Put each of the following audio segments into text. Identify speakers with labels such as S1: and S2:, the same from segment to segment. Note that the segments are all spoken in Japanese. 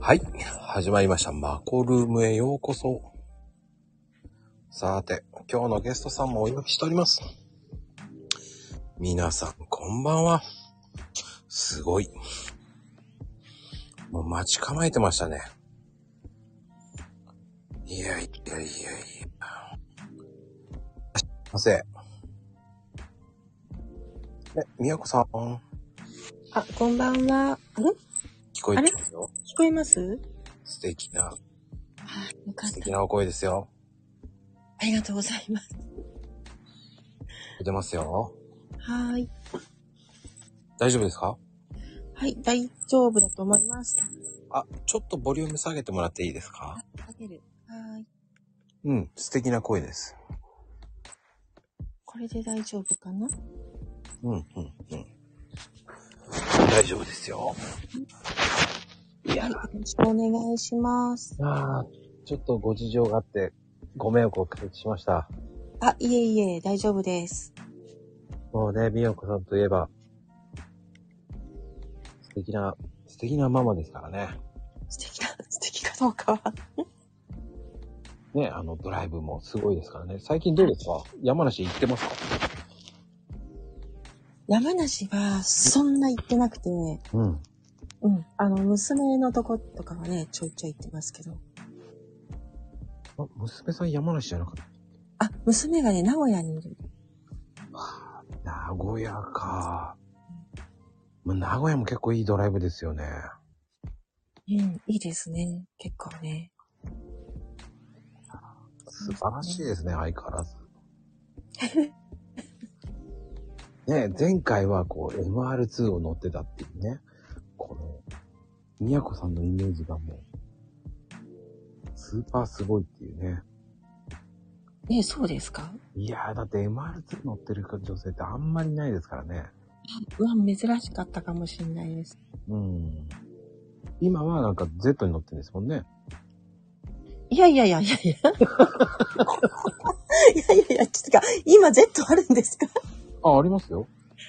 S1: はい。始まりました。マコルームへようこそ。さて、今日のゲストさんもお呼びしております。皆さん、こんばんは。すごい。もう待ち構えてましたね。いやいやいやいや。すいません。え、みやこさん、
S2: あ、こんばんは。あれ
S1: 聞こえてますよ。
S2: 聞こえます
S1: 素敵な、
S2: あ、よかっ
S1: 素
S2: た。
S1: 敵なお声ですよ。
S2: ありがとうございます。
S1: 出てますよ。
S2: はーい。
S1: 大丈夫ですか
S2: はい、大丈夫だと思います。
S1: あ、ちょっとボリューム下げてもらっていいですか
S2: かける。はーい。
S1: うん、素敵な声です。
S2: これで大丈夫かな
S1: うん、うん、うん。大丈夫ですよ。いや
S2: はい、よろしくお願いします。
S1: あーちょっとご事情があって、ご迷惑をおかけしました。
S2: あ、いえいえ、大丈夫です。
S1: もうね、みよこさんといえば、素敵な、素敵なママですからね。
S2: 素敵だ、素敵かどうかは。
S1: ね、あの、ドライブもすごいですからね。最近どうですか山梨行ってますか
S2: 山梨は、そんな行ってなくて、う
S1: うん。
S2: ん。あの、娘のとことかはね、ちょいちょい行ってますけど。
S1: あ、娘さん山梨じゃなかった
S2: あ、娘がね、名古屋にいる。
S1: 名古屋か。まあ名古屋も結構いいドライブですよね。
S2: うん、いいですね。結構ね。
S1: 素晴らしいですね、相変わらず。 ねえ前回はこう MR2 を乗ってたっていうね、この、宮子さんのイメージがもう、スーパーすごいっていうね。
S2: ね、そうですか
S1: いやー、だって MR2 乗ってる女性ってあんまりないですからね。
S2: うわ、珍しかったかもしれないです。
S1: うん。今はなんか Z に乗ってるんですもんね。
S2: いやいやいやいやいや。いやいやいや、ちょっとか、今 Z あるんですか
S1: あ、ありますよ。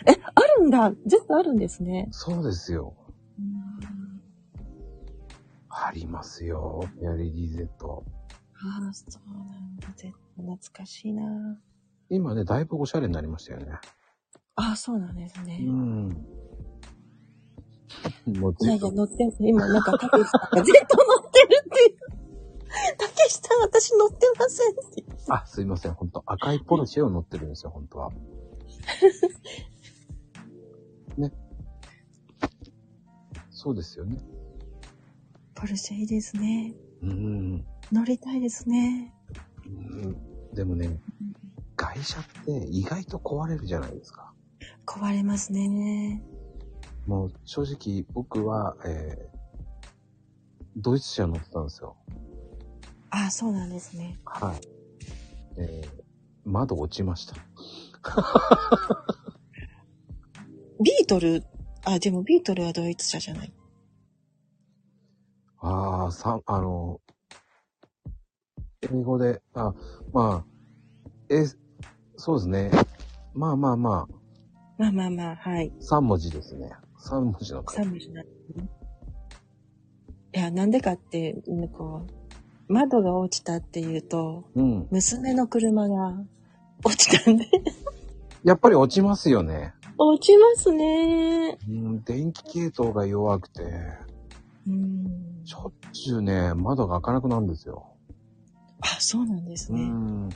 S2: え、あるんだ。Z あるんですね。
S1: そうですよ。ありますよ。やりリゼット。
S2: ああ、そうなんだ。Z、懐かしいな。
S1: 今ね、だいぶおしゃれになりましたよね。
S2: ああ、そうなんですね。
S1: ん。もう
S2: いや
S1: 全
S2: いや、
S1: 部、
S2: 乗ってます。今、なんか、たけしさんが Z 乗ってるっていう。たけしさん、私乗ってませんって。
S1: あ、すいません。本当赤いポルシェを乗ってるんですよ、本当は。ね。そうですよね。
S2: ポルシェいいですね。
S1: うん。
S2: 乗りたいですね。
S1: うんでもね、外車って意外と壊れるじゃないですか。
S2: 壊れますね。
S1: もう正直僕は、えー、ドイツ車乗ってたんですよ。
S2: ああ、そうなんですね。
S1: はい。えー、窓落ちました。
S2: ビートル、あ、でもビートルはドイツ車じゃない。
S1: ああ、さ、あの、英語で、あ、まあ、え、そうですね。まあまあまあ、
S2: まあまあまあ、はい。
S1: 3文字ですね。3文字の会
S2: 寒いしない。いや、なんでかって、なんかこう、窓が落ちたっていうと、
S1: うん。
S2: 娘の車が落ちたんで。
S1: やっぱり落ちますよね。
S2: 落ちますね。
S1: うん、電気系統が弱くて、
S2: うん。
S1: しょっちゅうね、窓が開かなくなるんですよ。
S2: あ、そうなんです
S1: う
S2: ね。
S1: ん。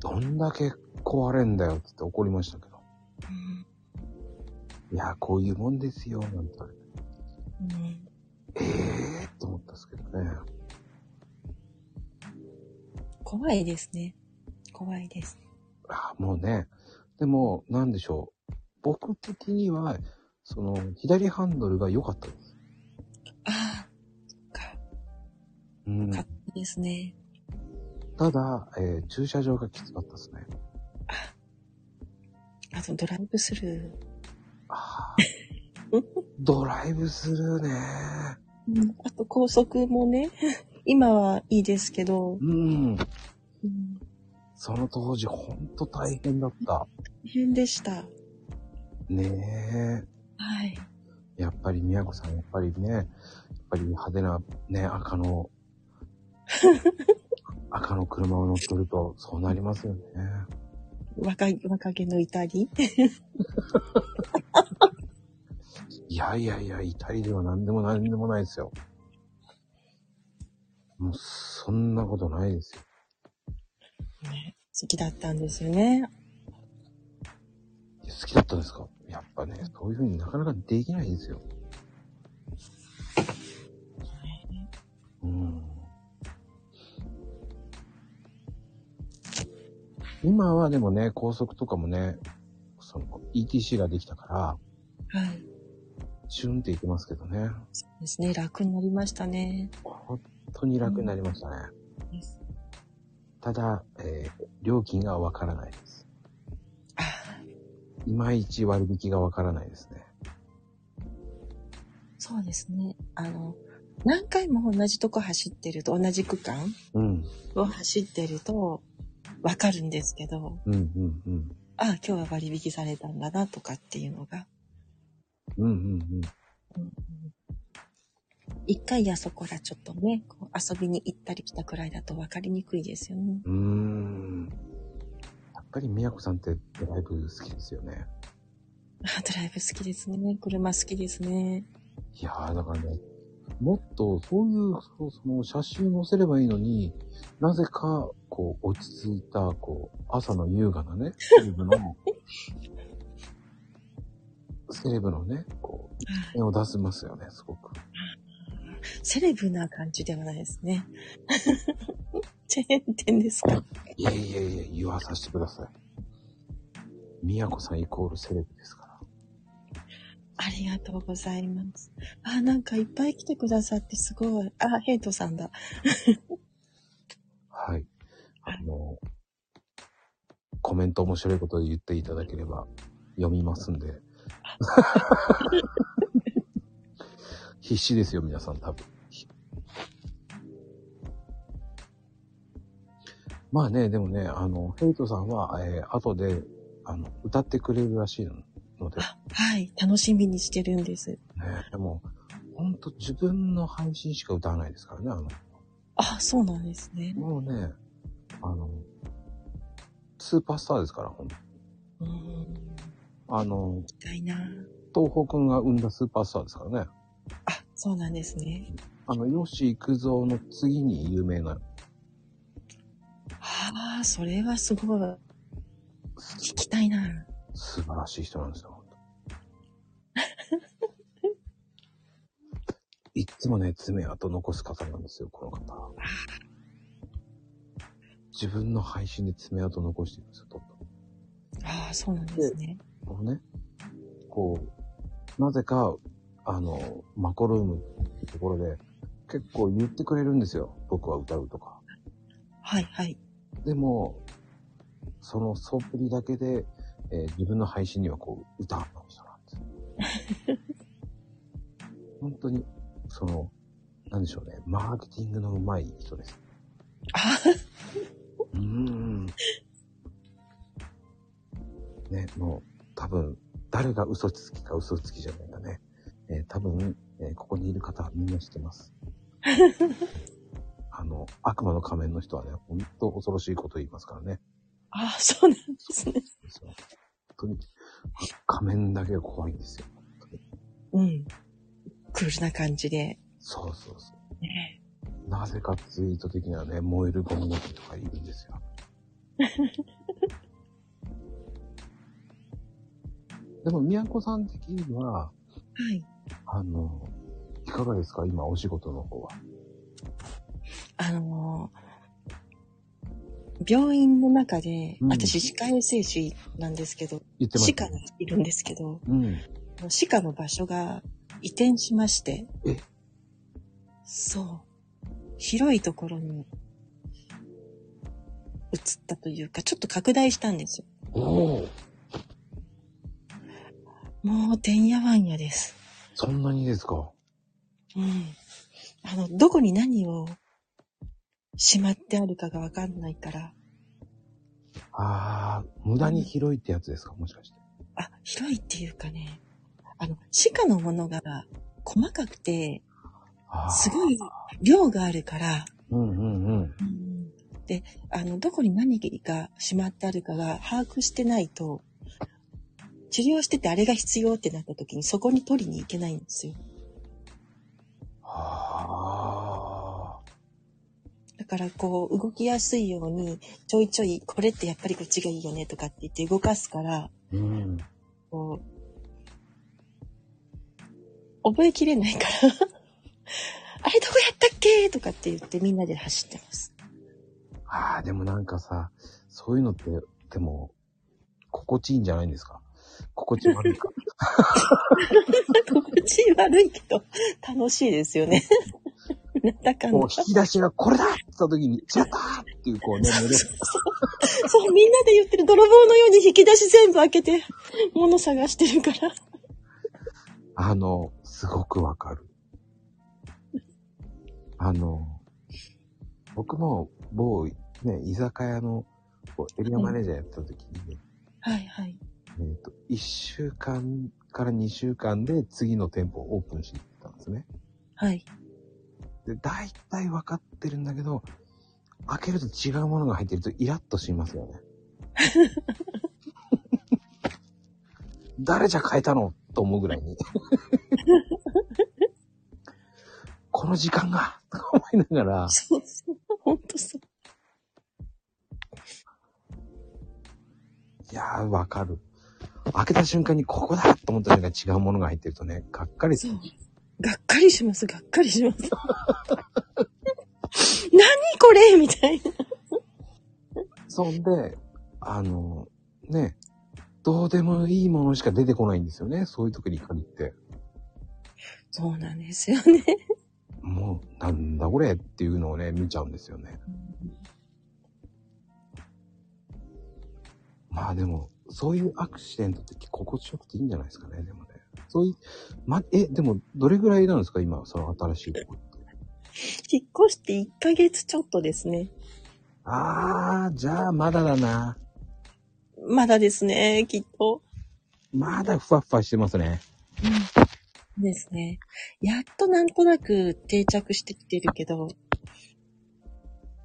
S1: どんだけ壊れんだよって言って怒りましたけど。
S2: うん
S1: いや、こういうもんですよ、なんて言われて。
S2: うん
S1: ええー、と思ったんですけどね。
S2: 怖いですね。怖いです。
S1: ああもうね。でも、なんでしょう。僕的には、その、左ハンドルが良かったです。
S2: ああ、そっか、
S1: うん。
S2: 勝手ですね。
S1: ただ、えー駐車場がきつかったですね。
S2: あとドライブスル
S1: ああ。ドライブスルーね。
S2: ー。うん、あと高速もね、 今はいいですけど、
S1: うん。
S2: うん、
S1: その当時、ほんと大変だった。
S2: 大変でした。
S1: ねえ。
S2: はい。
S1: やっぱり、みやこさん、やっぱりね、やっぱり派手な、ね、赤の、赤の車を乗っ取ると、そうなりますよね。
S2: 若い、若気の至り
S1: いやいやいや、至りでは何でも何でもないですよ。もう、そんなことないですよ。
S2: ね好きだったんですよね。
S1: いや好きだったんですかやっぱね、そういうふうになかなかできないんですよ。うん。今はでもね、高速とかもね、その ETC ができたから、
S2: はい。
S1: シュンっていけますけどね。
S2: そうですね。楽になりましたね。
S1: 本当に楽になりましたね。
S2: です
S1: ただ、えー料金がわからないです。
S2: あー
S1: いまいち割引がわからないですね。
S2: そうですね。あの、何回も同じとこ走ってると、同じ区間
S1: うん、
S2: を走ってると、わかるんですけど、
S1: うん、うん、うん。
S2: ああ、今日は割引されたんだな、とかっていうのが。
S1: うん、うん、
S2: うんうん一回やそこらちょっとね、こう遊びに行ったり来たくらいだと分かりにくいですよね。
S1: うん。うーん。やっぱり宮子さんってドライブ好きですよね。
S2: あ ドライブ好きですね。車好きですね。
S1: いやー、だからね、もっとそういう、そうその写真を載せればいいのに、なぜか、こう、落ち着いた、こう、朝の優雅なね、セレブの、セレブのね、こう、絵を出せますよね、すごく。
S2: セレブな感じではないですね。 チェーン店ですか
S1: いやいやいや、言わさせてください。宮子さんイコールセレブですから。
S2: ありがとうございます。あ、なんかいっぱい来てくださってすごい。あ、ヘイトさんだ。
S1: はい。あの、コメント面白いことを言っていただければ読みますんで。 必死ですよ、皆さん、多分。まあね、でもね、あの、ヘイトさんは、えー後で、あの、歌ってくれるらしいので、
S2: はい、楽しみにしてるんです。
S1: ね、でも、ほんと自分の配信しか歌わないですからね、あの、
S2: あ、そうなんですね。
S1: もうね、あの、スーパースターですから、ほんと
S2: うーん、
S1: あの、
S2: みたいな。
S1: 東宝くんが生んだスーパースターですからね。
S2: あ、そうなんですね。
S1: あの、吉幾三の次に有名な、
S2: はあ、それはすごい。聞きたいな。
S1: 素晴らしい人なんですよ、ほんと いっつもね、爪痕残す方なんですよ、この方。自分の配信で爪痕残してるんですよ、どんどん
S2: ああ、そうなんですね。
S1: このね、こう、なぜか、あの、マコルームってところで、結構言ってくれるんですよ。僕は歌うとか。
S2: はいはい。
S1: でも、そのそっぷりだけで、えー自分の配信にはこう、歌う人なんですよ。本当に、その、なんでしょうね。マーケティングの上手い人です。
S2: あ
S1: うーん。ね、もう、多分、誰が嘘つきか嘘つきじゃないかね。えー多分、えーここにいる方はみんな知ってます。あの、悪魔の仮面の人はね、ほんと恐ろしいこと言いますからね。
S2: あ、そうなんですね。
S1: ですよ本当に、仮面だけが怖いんですよ。本当に
S2: うん。クールな感じで。
S1: そうそうそう。
S2: ね
S1: なぜかツイート的にはね、燃えるゴミの木とかいるんですよ。 でも、宮古さん的には、
S2: はい。
S1: あの、いかがですか今、お仕事の方は。
S2: あのー病院の中で、
S1: うん
S2: 私、歯科衛生士なんですけど、
S1: 言ってます、
S2: 歯科がいるんですけど、
S1: うん。
S2: 歯科の場所が移転しまして
S1: え、
S2: そう。広いところに移ったというか、ちょっと拡大したんですよ。
S1: おお
S2: もう、てんやわんやです。
S1: そんなにですか
S2: うん。あの、どこに何をしまってあるかがわかんないから、
S1: ああ、無駄に広いってやつですかもしかして。
S2: あ、広いっていうかね、あの、鹿のものが細かくて、
S1: あー
S2: すごい量があるから、
S1: うんうんうん。
S2: で、あの、どこに何がしまってあるかが把握してないと、治療しててあれが必要ってなった時にそこに取りに行けないんですよ。
S1: あ
S2: だからこう動きやすいようにちょいちょいこれってやっぱりこっちがいいよねとかって言って動かすから、
S1: ーうん。
S2: こう、覚えきれないから、 あれどこやったっけとかって言ってみんなで走ってます。
S1: ああ、でもなんかさ、そういうのって、でも、心地いいんじゃないんですか心地悪い か。
S2: 心地悪いけど、楽しいですよね。 なんだかん
S1: も
S2: だ
S1: う。引き出しがこれだって言った時に、やったーっていうこうね、胸が
S2: そう、みんなで言ってる泥棒のように引き出し全部開けて、物探してるから。
S1: あの、すごくわかる。あの、僕も某、ね、居酒屋のこうエリアマネージャーやってた時にね、
S2: はいはい。
S1: えっ、と、1週間から2週間で次の店舗をオープンしていったんですね。
S2: はい。
S1: で、大体わかってるんだけど、開けると違うものが入ってるとイラッとしますよね。誰じゃ変えたのと思うぐらいに。 この時間がとか思いながら、
S2: そうそう。ほんとそう。
S1: いやー、わかる。開けた瞬間にここだと思った瞬間に違うものが入ってるとね、がっかりす
S2: そ
S1: る
S2: う。。がっかりします、がっかりし ます。何これみたいな。
S1: そんで、あの、ね、どうでもいいものしか出てこないんですよね。そういう時に限って。
S2: そうなんですよね。
S1: もう、なんだこれっていうのをね、見ちゃうんですよね。まあでも、そういうアクシデントって心地よくていいんじゃないですかね、でもね。そういう、ま、え、でも、どれぐらいなんですか今、その新しいとこって。
S2: 引っ越して1ヶ月ちょっとですね。
S1: あー、じゃあ、まだだな。
S2: まだですね、きっと。
S1: まだふわふわしてますね。
S2: うん。ですね。やっとなんとなく定着してきてるけど、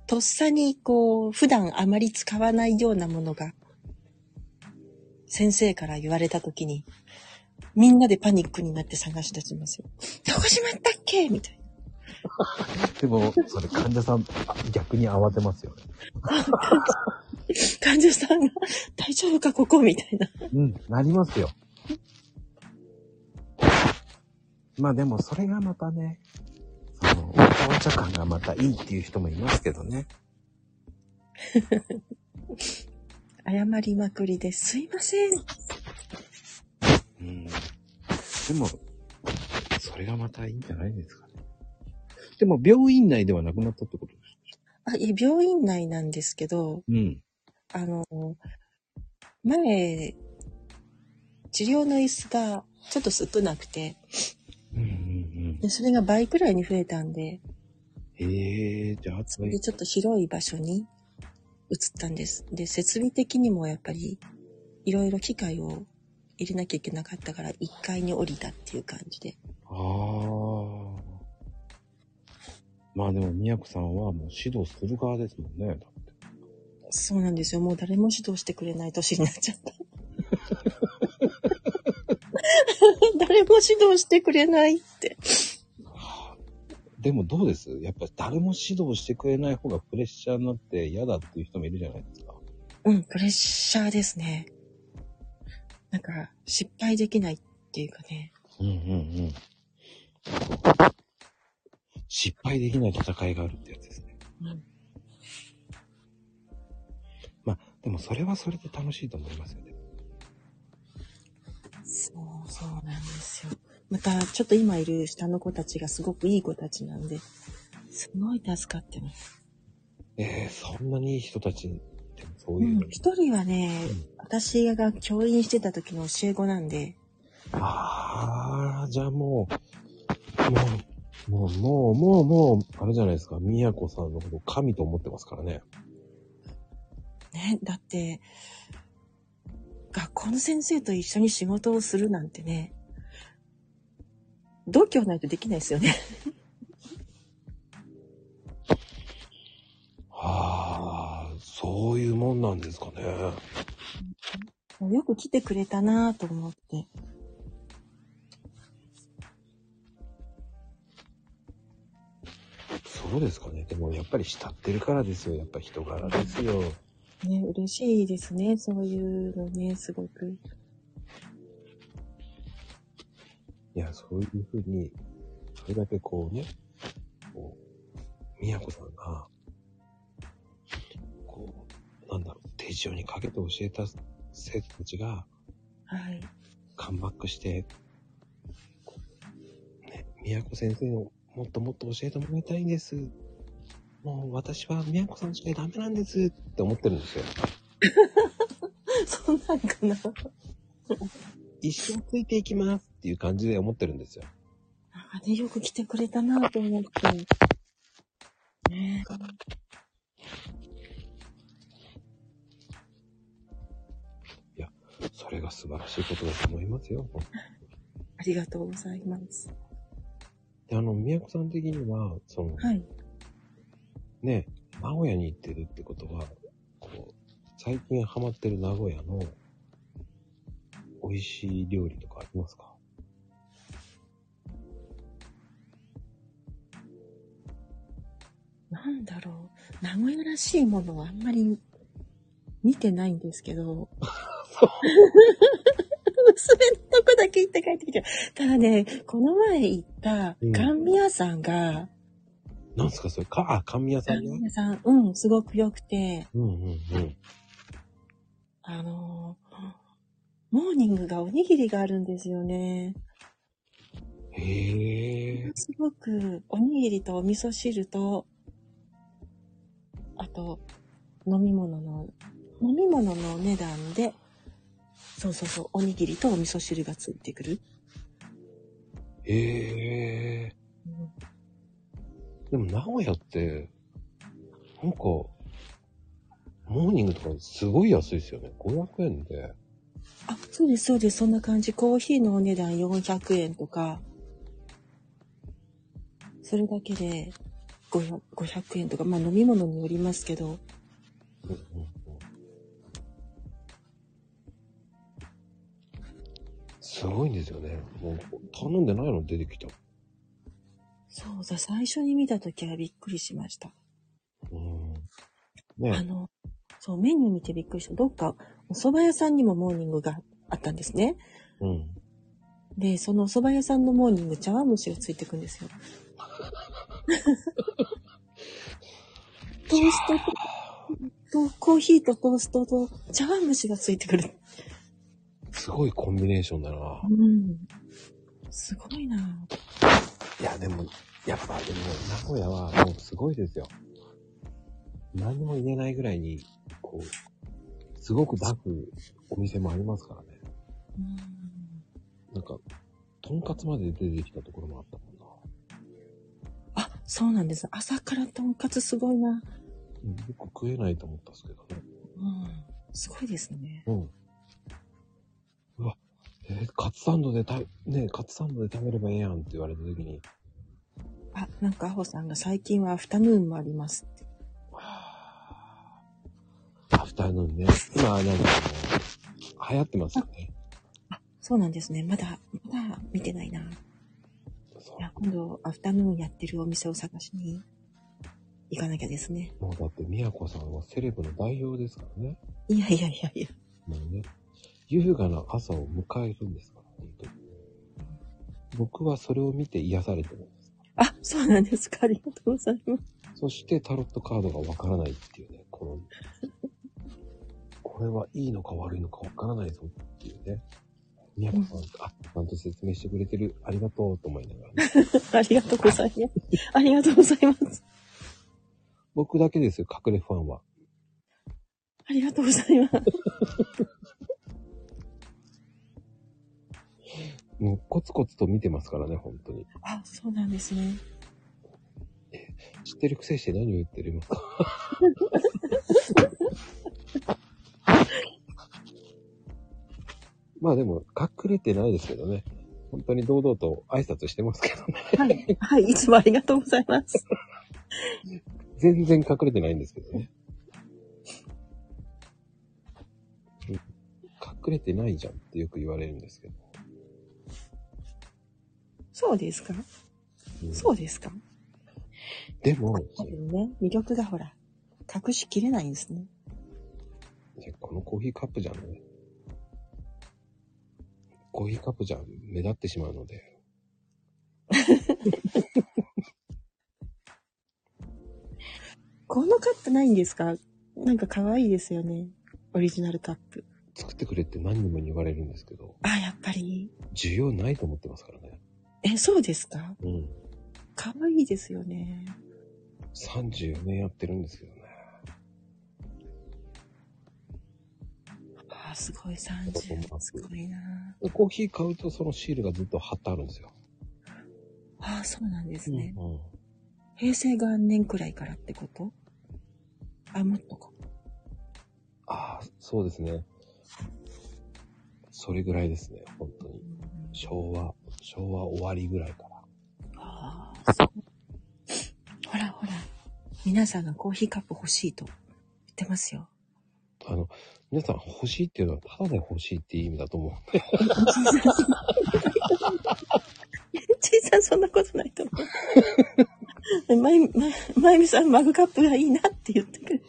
S2: とっさにこう、普段あまり使わないようなものが、先生から言われたときに、みんなでパニックになって探し出しますよ。どこしまったっけみたいな。
S1: でも、それ患者さん、あ逆に慌てますよね。
S2: 患者さんが、大丈夫かここみたいな。
S1: うん、なりますよ。まあでも、それがまたね、その、お茶お茶感がまたいいっていう人もいますけどね。
S2: 謝りまくりですいません。
S1: うんでも、それがまたいいんじゃないですかね。でも、病院内ではなくなったってことです。
S2: あ、いえ病院内なんですけど、
S1: うん。
S2: あの、前、治療の椅子がちょっと少なくて、
S1: うんうん
S2: でそれが倍くらいに増えたんで、
S1: うん。へえー、じゃあ、それ
S2: で、ちょっと広い場所に移ったんです。で、設備的にもやっぱり、いろいろ機械を入れなきゃいけなかったから、1階に降りたっていう感じで。
S1: ああ。まあでも、みやこさんはもう指導する側ですもんね。だって
S2: そうなんですよ。もう誰も指導してくれない年になっちゃった。 誰も指導してくれないって。
S1: でもどうですやっぱ誰も指導してくれない方がプレッシャーになって嫌だっていう人もいるじゃないですか。
S2: うん、プレッシャーですね。なんか、失敗できないっていうかね。
S1: うんうんうん。失敗できない戦いがあるってやつですね。
S2: うん
S1: まあ、でもそれはそれで楽しいと思いますよね。
S2: そう、そうなんですよ。また、ちょっと今いる下の子たちがすごくいい子たちなんで、すごい助かってます。
S1: ええそんなにいい人たちってそう
S2: う
S1: いうの、
S2: ん、一人はね、私が教員してた時の教え子なんで、
S1: ああ、じゃあもう、もう、もう、もう、もう、もう、あれじゃないですか。みやこさんのこと神と思ってますからね。
S2: ね、だって、学校の先生と一緒に仕事をするなんてね、度胸ないとできないですよ ね。
S1: はあ、そういうもんなんですかね。
S2: よく来てくれたなぁと思って。
S1: そうですかね。でもやっぱり慕ってるからですよ。やっぱ人柄ですよ。
S2: ね、嬉しいですね。そういうのね、すごく。
S1: いや、そういうふうに、それだけこうね、こう、みやこさんが、こう、なんだろう、手塩にかけて教えた生徒たちが、
S2: はい。
S1: カムバックして、こうね、宮子先生をもっともっと教えてもらいたいんです。もう私は宮子さんしかダメなんですって思ってるんですよ。
S2: そんなんかな。
S1: 一生ついていきますっていう感じで思ってるんですよ。
S2: あれ、よく来てくれたなぁと思って。ね
S1: それが素晴らしいことだと思いますよ。
S2: ありがとうございます。
S1: で、あの、宮子さん的には、その、
S2: はい。
S1: ね、名古屋に行ってるってことは、こう、最近ハマってる名古屋の美味しい料理とかありますか
S2: なんだろう。名古屋らしいものはあんまり見てないんですけど。 娘のとこだけ行って帰ってきて。ただね、この前行った
S1: うん、
S2: 甘味屋さんが、
S1: なんすかそれか、あ、甘味屋さん
S2: 甘
S1: ね
S2: 味。屋さん、うん、すごく良くて、
S1: うんうんうん。
S2: あのーモーニングがおにぎりがあるんですよね。
S1: へえ。
S2: すごく、おにぎりとお味噌汁と、あと、飲み物の、飲み物のお値段で、そうそうそう、おにぎりとお味噌汁がついてくる。
S1: へえ。でも名古屋って、なんか、モーニングとかすごい安いですよね。500円で。
S2: あ、そうです、そうです、そんな感じ。コーヒーのお値段400円とか、それだけで500 500円とか、まあ飲み物によりますけど、
S1: うんうんうんすごいんですよね。もう頼んでないの出てきた。
S2: そうだ、最初に見たときはびっくりしました。
S1: うん。
S2: あ
S1: ね
S2: の、そう、メニュー見てびっくりした。どっか、お蕎麦屋さんにもモーニングがあったんですね。
S1: うん。
S2: で、そのお蕎麦屋さんのモーニング、茶碗蒸しがついてくんですよ。トーストと、コーヒーとトーストと茶碗蒸しがついてくる。
S1: すごいコンビネーションだな。
S2: うん。すごいなぁ
S1: いや、でも、やっぱ、でも、名古屋はもうすごいですよ。何も言えないぐらいに、こう、すごくバくお店もありますからね。
S2: うん
S1: なんか、とんかつまで出てきたところもあったもんな。
S2: あ、そうなんです。朝からとんかつすごいな。
S1: うんよく食えないと思ったんですけどね。
S2: うん。すごいですね。
S1: うん。うわ、えーカツサンドで食べ、ねカツサンドで食べればええやんって言われた時に、
S2: あ、なんかアホさんが最近はアフタヌーンもありますって。
S1: はぁアフターヌーンね。今、なんかあの、流行ってますよね。
S2: そうなんですね。まだ、まだ見てないな。い
S1: そう
S2: や、今度、アフタヌーンやってるお店を探しに行かなきゃですね。
S1: もうだって、みやこさんはセレブの代表ですからね。
S2: いやいやいやいや。
S1: もうね、優雅な朝を迎えるんですから、本当に。僕はそれを見て癒されてるんです。
S2: あ、そうなんですか。ありがとうございます。
S1: そしてタロットカードがわからないっていうね、この、これはいいのか悪いのかわからないぞっていうね。みやこさん、あ、ちゃんと説明してくれてる、ありがとうと思いながらね。
S2: ありがとうございます。ありがとうございます。
S1: 僕だけですよ、隠れファンは。
S2: ありがとうございます。
S1: もうコツコツと見てますからね、本当に。
S2: あ、そうなんですね。
S1: 知ってるくせして何を言ってるのか。 まあでも、隠れてないですけどね。本当に堂々と挨拶してますけどね。
S2: はい。はい。いつもありがとうございます。
S1: 全然隠れてないんですけどね。うん隠れてないじゃんってよく言われるんですけど。
S2: そうですか
S1: うん
S2: そうですか
S1: でも、
S2: 多分ね、魅力がほら、隠しきれないんですね。
S1: いやこのコーヒーカップじゃね。コーヒーカップじゃ目立ってしまうので。
S2: このカップないんですかなんか可愛いですよね。オリジナルカップ。
S1: 作ってくれって何人もに言われるんですけど、
S2: あ、やっぱり。
S1: 需要ないと思ってますからね。
S2: え、そうですか
S1: うん。
S2: 可愛いですよね。
S1: 34年やってるんですけどね。
S2: あ、すごい、30。すごいな。
S1: でコーヒー買うとそのシールがずっと貼ってあるんですよ。
S2: あ、そうなんですね。
S1: うん。
S2: 平成元年くらいからってことあ、もっとか。
S1: ああ、そうですね。それぐらいですね、本当に。昭和、昭和終わりぐらいから。
S2: ああ、そう。ほらほら。皆さんがコーヒーカップ欲しいと言ってますよ。
S1: あの、皆さん欲しいっていうのはただで欲しいっていう意味だと思う。
S2: ちいさんそんな、ちいさんそんなことないと思 う。まゆ、ま、まゆみさんマグカップがいいなって言ってくれて。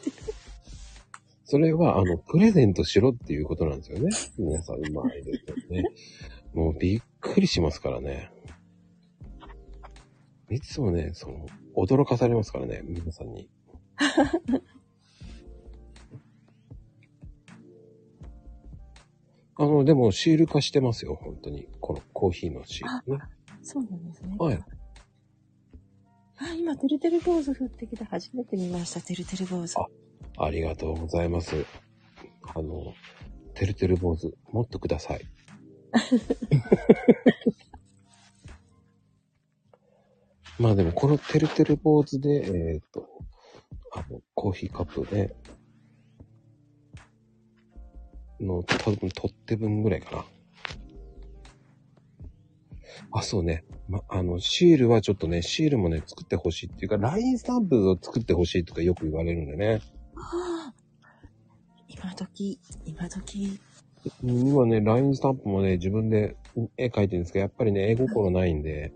S1: それは、あの、プレゼントしろっていうことなんですよね。皆さん、うまいですよね。もうびっくりしますからね。いつもね、その、驚かされますからね、皆さんに。 あの、でも、シール化してますよ、本当に。このコーヒーのシールね。
S2: そうなんですね。
S1: はい。
S2: あ、今、てるてる坊主降ってきた。初めて見ました、てるてる坊主。
S1: あありがとうございます。あの、てるてる坊主、もっとください。まあでも、このてるてる坊主で、えっ、と、あの、コーヒーカップで、の、多分取って分ぐらいかな。あ、そうね。ま、あの、シールはちょっとね、シールもね、作ってほしいっていうか、ラインスタンプを作ってほしいとかよく言われるんでね。
S2: 今時、今時。
S1: 今ね、LINE スタンプもね、自分で絵描いてるんですけど、やっぱりね、絵心ないんで、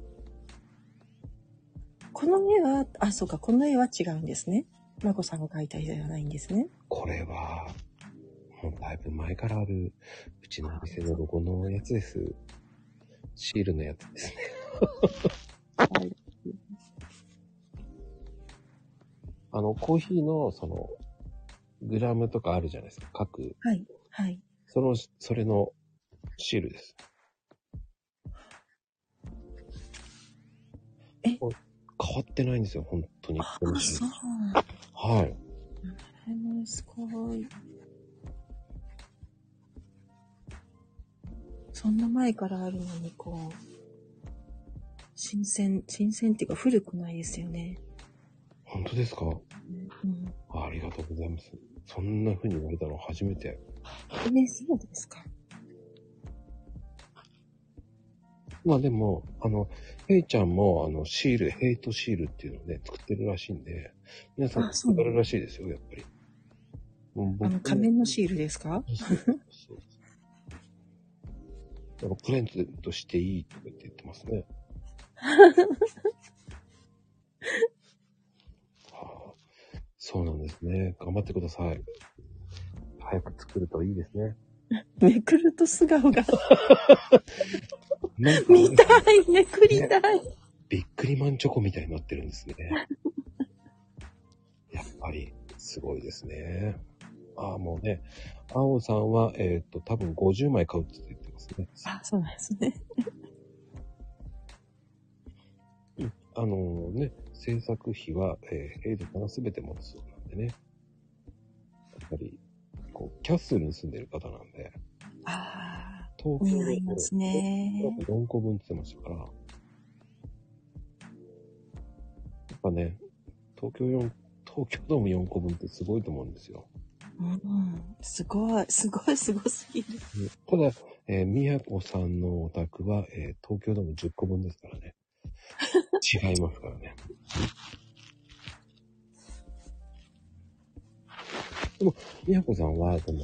S2: この絵は、あ、そうか、この絵は違うんですね。まこさんが描いた絵ではないんですね。
S1: これは、もうだいぶ前からある、うちのお店のロゴのやつです。シールのやつですね。あの、コーヒーの、その、グラムとかあるじゃないですか、各。
S2: はい。はい。
S1: その、それのシールです。
S2: え
S1: これ変わってないんですよ、本当に。
S2: あ、そう。
S1: はい。
S2: えーすごい。そんな前からあるのに、こう、新鮮、新鮮っていうか古くないですよね。
S1: 本当ですか
S2: うん。
S1: あありがとうございます。そんな風に言われたの初めて。
S2: ね、そうですか。
S1: まあでも、あの、ヘイちゃんも、あの、シール、ヘイトシールっていうのをね、作ってるらしいんで、皆さん
S2: あそう
S1: 作
S2: なの
S1: るらしいですよ、やっぱり。もう
S2: あの、仮面のシールですか
S1: そうそうそう。だからプレゼントしていいとか言って言ってます ね。はあ、そうなんですね。頑張ってください。早く作るといいですね。
S2: めくると素顔が
S1: なんかね
S2: 見たいめくりたい
S1: びっくりマンチョコみたいになってるんですね。 やっぱり、すごいですね。ああ、もうね、青さんは、えっ、と、多分50枚買うって言ってますね。
S2: あ、そうなんですね。
S1: あのね、制作費は、えー、ヘイドから全て持つそうなんでね。やっぱり、こう、キャッスルに住んでる方なんで、
S2: ああ、
S1: 東京
S2: 似合いますね。
S1: 4個分って言ってましたから。やっぱね、東京4、東京ドーム4個分ってすごいと思うんですよ。
S2: うん、すごい、すごい、すごすぎる。
S1: ただ、えー、みやこさんのお宅は、えー東京でも10個分ですから ね。違いますからね。でも、みやこさんは、でも、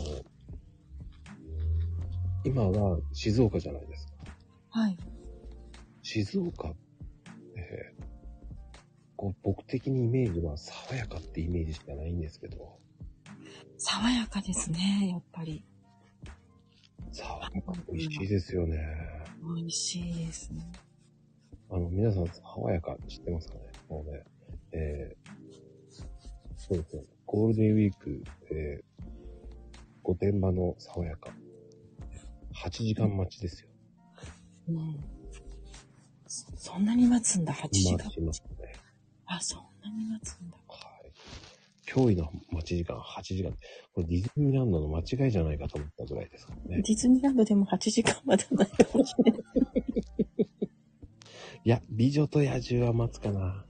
S1: 今は静岡じゃないですか。
S2: はい。
S1: 静岡、えーこう僕的にイメージは爽やかってイメージしかないんですけど、
S2: 爽やかですね、やっぱり。
S1: 爽やか美味しいですよね。
S2: 美味しいですね。
S1: あの、皆さん、爽やか知ってますかねもうね、えー、そうですね、ゴールデンウィーク、えー、御殿場の爽やか。8時間待ちですよ。
S2: うん。そそんなに待つんだ、8時間
S1: 待。ちますね。
S2: あ、そんなに待つんだ。
S1: はい。驚異の待ち時間、8時間。これディズニーランドの間違いじゃないかと思ったぐらいですからね。
S2: ディズニーランドでも8時間待たないかもしれない。
S1: いや、美女と野獣は待つかな。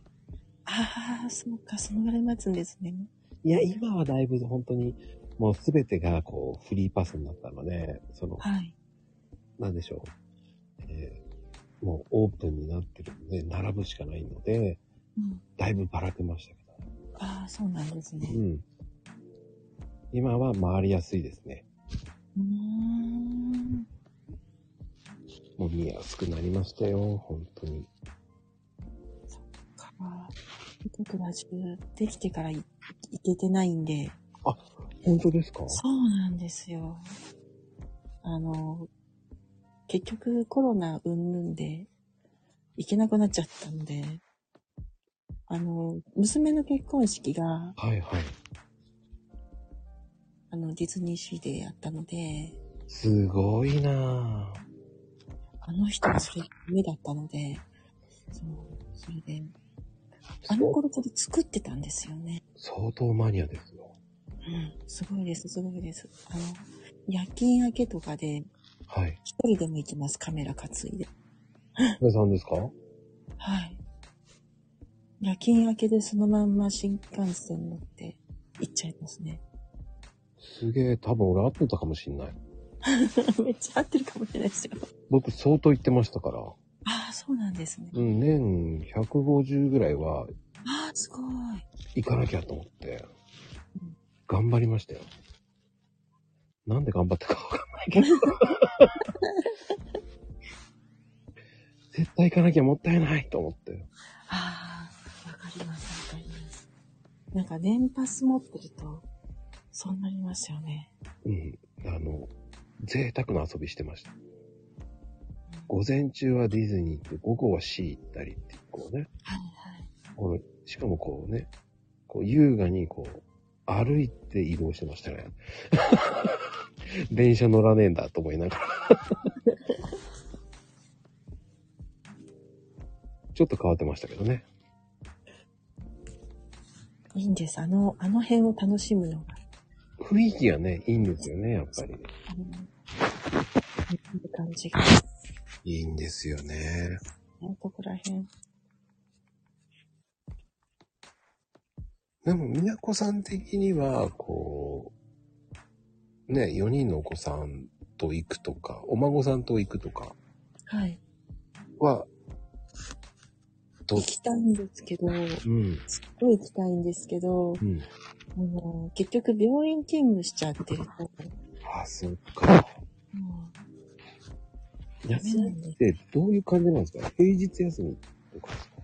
S2: ああ、そうか、そのぐらい待つんですね。
S1: いや、今はだいぶ本当に、もうすべてがこう、フリーパスになったので、その、
S2: はい。
S1: なんでしょう。えーもうオープンになってるんで、並ぶしかないので、
S2: うん。
S1: だいぶばらけましたけど。
S2: ああ、そうなんですね
S1: う。ん。今は回りやすいですね。
S2: うーん。
S1: もう見やすくなりましたよ、本当に。
S2: から、ちょっとラジオできてからいいけてないんで。
S1: 本当ですか
S2: そうなんですよ。あの、結局コロナうんぬんで、行けなくなっちゃったので、あの、娘の結婚式が、
S1: はいはい。
S2: あの、ディズニーシーでやったので、
S1: すごいなぁ。
S2: あの人はそれ夢だったので、そう、それで、あの頃これ作ってたんですよね。
S1: 相当マニアですよ。
S2: うん、すごいです、すごいです。あの、夜勤明けとかで、
S1: はい。
S2: 一人でも行きます、カメラ担いで。
S1: これさんですか
S2: はい。夜勤明けでそのまんま新幹線乗って行っちゃいますね。
S1: すげえ、多分俺合ってたかもしんない。
S2: めっちゃ合ってるかもしれないですよ。
S1: 僕相当言ってましたから。
S2: ああ、そうなんですね。
S1: うん、年150ぐらいは
S2: ああ、すごい。
S1: 行かなきゃと思って
S2: うん、
S1: 頑張りましたよ。なんで頑張ったかわかんないけど。絶対行かなきゃもったいないと思って。
S2: ああ、わかります、わかります。なんか年パス持ってると、そうなりますよね。
S1: うん。あの、贅沢な遊びしてました。
S2: うん
S1: 午前中はディズニー行って、午後は C 行ったりって、こうね。
S2: はいはい。
S1: この、しかもこうね、こう優雅にこう、歩いて移動してましたね。 電車乗らねえんだと思いながら。ちょっと変わってましたけどね。
S2: いいんです。あの、あの辺を楽しむのが。
S1: 雰囲気がね、いいんですよね、やっぱり。
S2: あの、いい感じが。
S1: いいんですよね。
S2: ねここら辺。
S1: でも、みなこさん的には、こう、ね、4人のお子さんと行くとか、お孫さんと行くとか
S2: はい。
S1: は、ど
S2: 行きたいんですけど、
S1: うん、
S2: すっごい行きたいんですけど、
S1: うん。
S2: あの結局病院勤務しちゃってると、
S1: あ、そっか。
S2: もうダメ
S1: 休
S2: な
S1: みっ
S2: んで、
S1: てどういう感じなんですか平日休みとかですか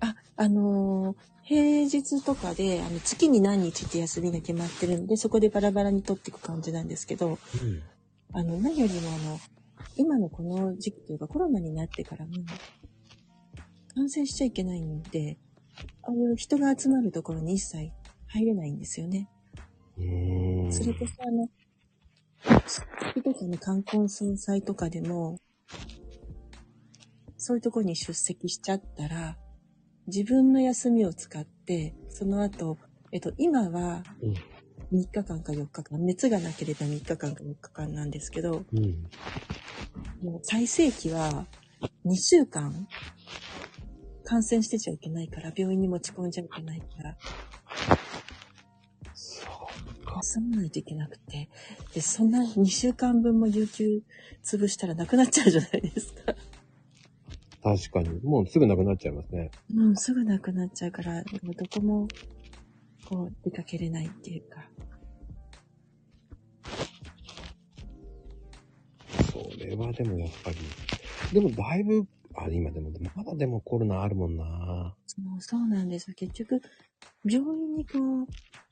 S2: あ、あのー平日とかで、あの、月に何日って休みが決まってるんで、そこでバラバラに取っていく感じなんですけど、
S1: うん。
S2: あの、何よりもあの、今のこの時期というかコロナになってからも、感染しちゃいけないんで、ああいう人が集まるところに一切入れないんですよね。
S1: うーん。
S2: それこそあの、月とかの冠婚葬祭とかでも、そういうとこに出席しちゃったら、自分の休みを使って、その後、えっと、今は
S1: うん、
S2: 3日間か4日間、熱がなければ3日間か4日間なんですけど、
S1: うん。
S2: もう最盛期は2週間、感染してちゃいけないから、病院に持ち込んじゃいけないから、
S1: そう
S2: 休まないといけなくて。で、そんな2週間分も有給潰したらなくなっちゃうじゃないですか。
S1: 確かに。もうすぐなくなっちゃいますね。
S2: うん、すぐなくなっちゃうから、もうどこも、こう、出かけれないっていうか。
S1: それはでもやっぱり。でもだいぶ、あ、今でも、まだでもコロナあるもんな。
S2: もうそうなんですよ。結局、病院にこう、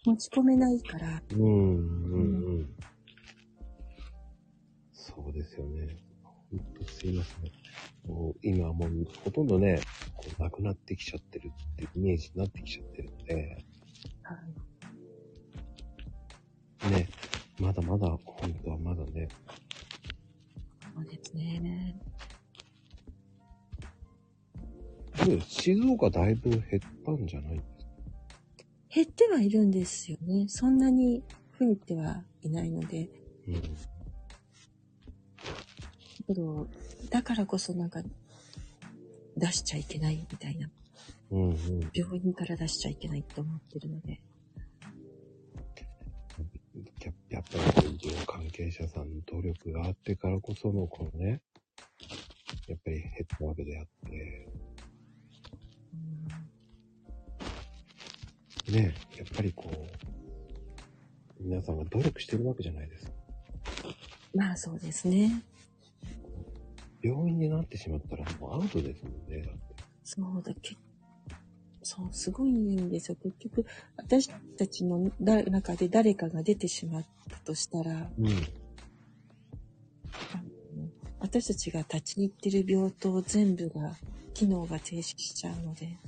S2: 持ち込めないから、
S1: うん、うん、うん。そうですよね。ほんとすいません。もう今はもうほとんどね、こうなくなってきちゃってるっていうイメージになってきちゃってるので、ね、まだまだ、本当はまだね、
S2: そうですね。
S1: どうです静岡だいぶ減ったんじゃないですか
S2: 減ってはいるんですよね。そんなに増えてはいないので。
S1: うん。
S2: けど、だからこそなんか、出しちゃいけないみたいな。
S1: うんうん。
S2: 病院から出しちゃいけないと思ってるので。
S1: ややっぱり医療関係者さんの努力があってからこそのこのね、やっぱり減ったわけであって、ね、やっぱりこう、皆さんが努力してるわけじゃないですか。
S2: まあそうですね。
S1: 病院になってしまったらもうアウトですもんね、だって。
S2: そうだけ。そう、すごいんですよ。結局、私たちのだ中で誰かが出てしまったとしたら、
S1: うん。
S2: 私たちが立ち入ってる病棟全部が、機能が停止しちゃうので。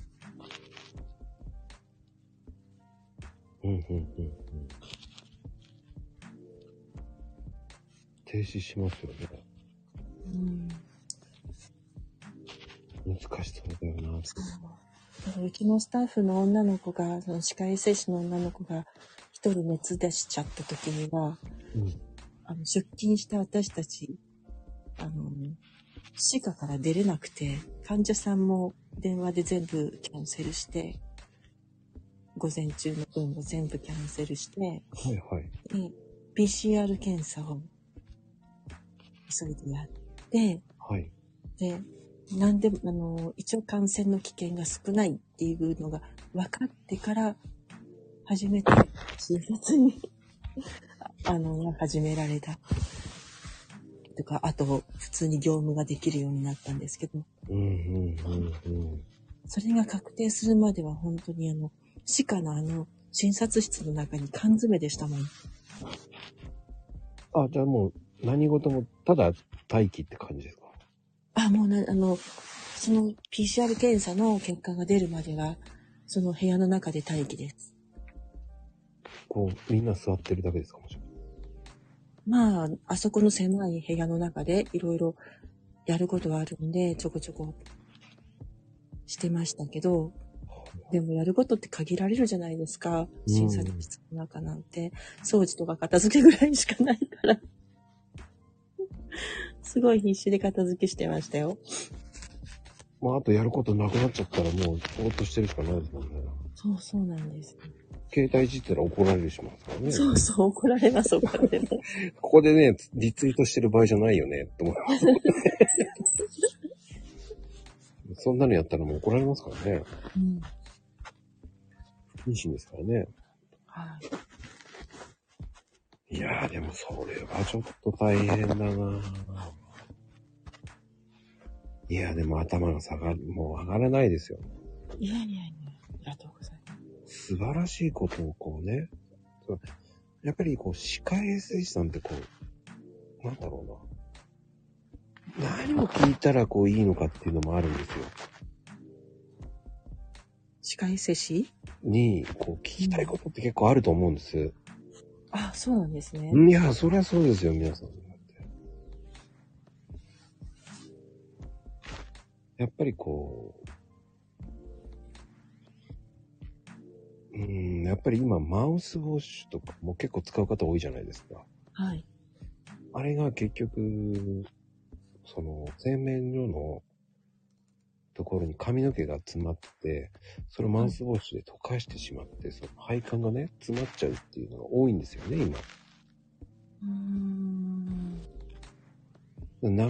S1: うんうんうんうん。停止しますよね。
S2: うん。
S1: 難しそうだよな、って
S2: うちのスタッフの女の子が、その歯科衛生士の女の子が、一人熱出しちゃった時には、
S1: うん。
S2: あの、出勤した私たち、あの、歯科から出れなくて、患者さんも電話で全部キャンセルして、午前中の分も全部キャンセルして、
S1: はいはい。
S2: で PCR 検査を急いでやって、
S1: はい。
S2: で、なんでも、あの、一応感染の危険が少ないっていうのが分かってから、初めて診察に、 ああの、始められた。とか、あと、普通に業務ができるようになったんですけど、
S1: うんうんうんうん。
S2: それが確定するまでは本当にあの、歯科のあの、診察室の中に缶詰でしたもん。
S1: あ、じゃあもう何事もただ待機って感じですか
S2: あ、もうな、あの、その PCR 検査の結果が出るまでは、その部屋の中で待機です。
S1: こう、みんな座ってるだけですかもしれない。
S2: まあ、あそこの狭い部屋の中でいろいろやることはあるんで、ちょこちょこしてましたけど、でもやることって限られるじゃないですか。
S1: うん
S2: 審査の室の中なんて、掃除とか片付けぐらいしかないから。 すごい必死で片付けしてましたよ。
S1: まあ、あとやることなくなっちゃったらもう、ぼーっとしてるしかないですもんね。
S2: そうそうなんです。
S1: 携帯いじったら怒られるしますからね。
S2: そうそう、怒られます、怒られ ます。
S1: ここでね、リツイートしてる場合じゃないよね、 と思います。そんなのやったらもう怒られますからね。
S2: うん。
S1: 不謹慎ですからね。
S2: はい。
S1: いやー、でもそれはちょっと大変だなぁいやー、でも頭が下がる、もう上がらないですよ。
S2: いやいやいや、ありがとうございます。
S1: 素晴らしいことをこうね、そうやっぱりこう、歯科衛生士さんってこう、なんだろうな。何を聞いたらこういいのかっていうのもあるんですよ。
S2: 歯科衛生士
S1: に、こう、聞きたいことって結構あると思うんです。
S2: あ、そうなんですね。
S1: いや、そりゃそうですよ、皆さん。やっぱりこう、うーん、やっぱり今、マウスウォッシュとかも結構使う方多いじゃないですか。
S2: はい。
S1: あれが結局、その、洗面所のとこ頃に髪の毛が詰まって、それをマウスウォッシュで溶かしてしまって、その配管がね、詰まっちゃうっていうのが多いんですよね、今。
S2: うーん。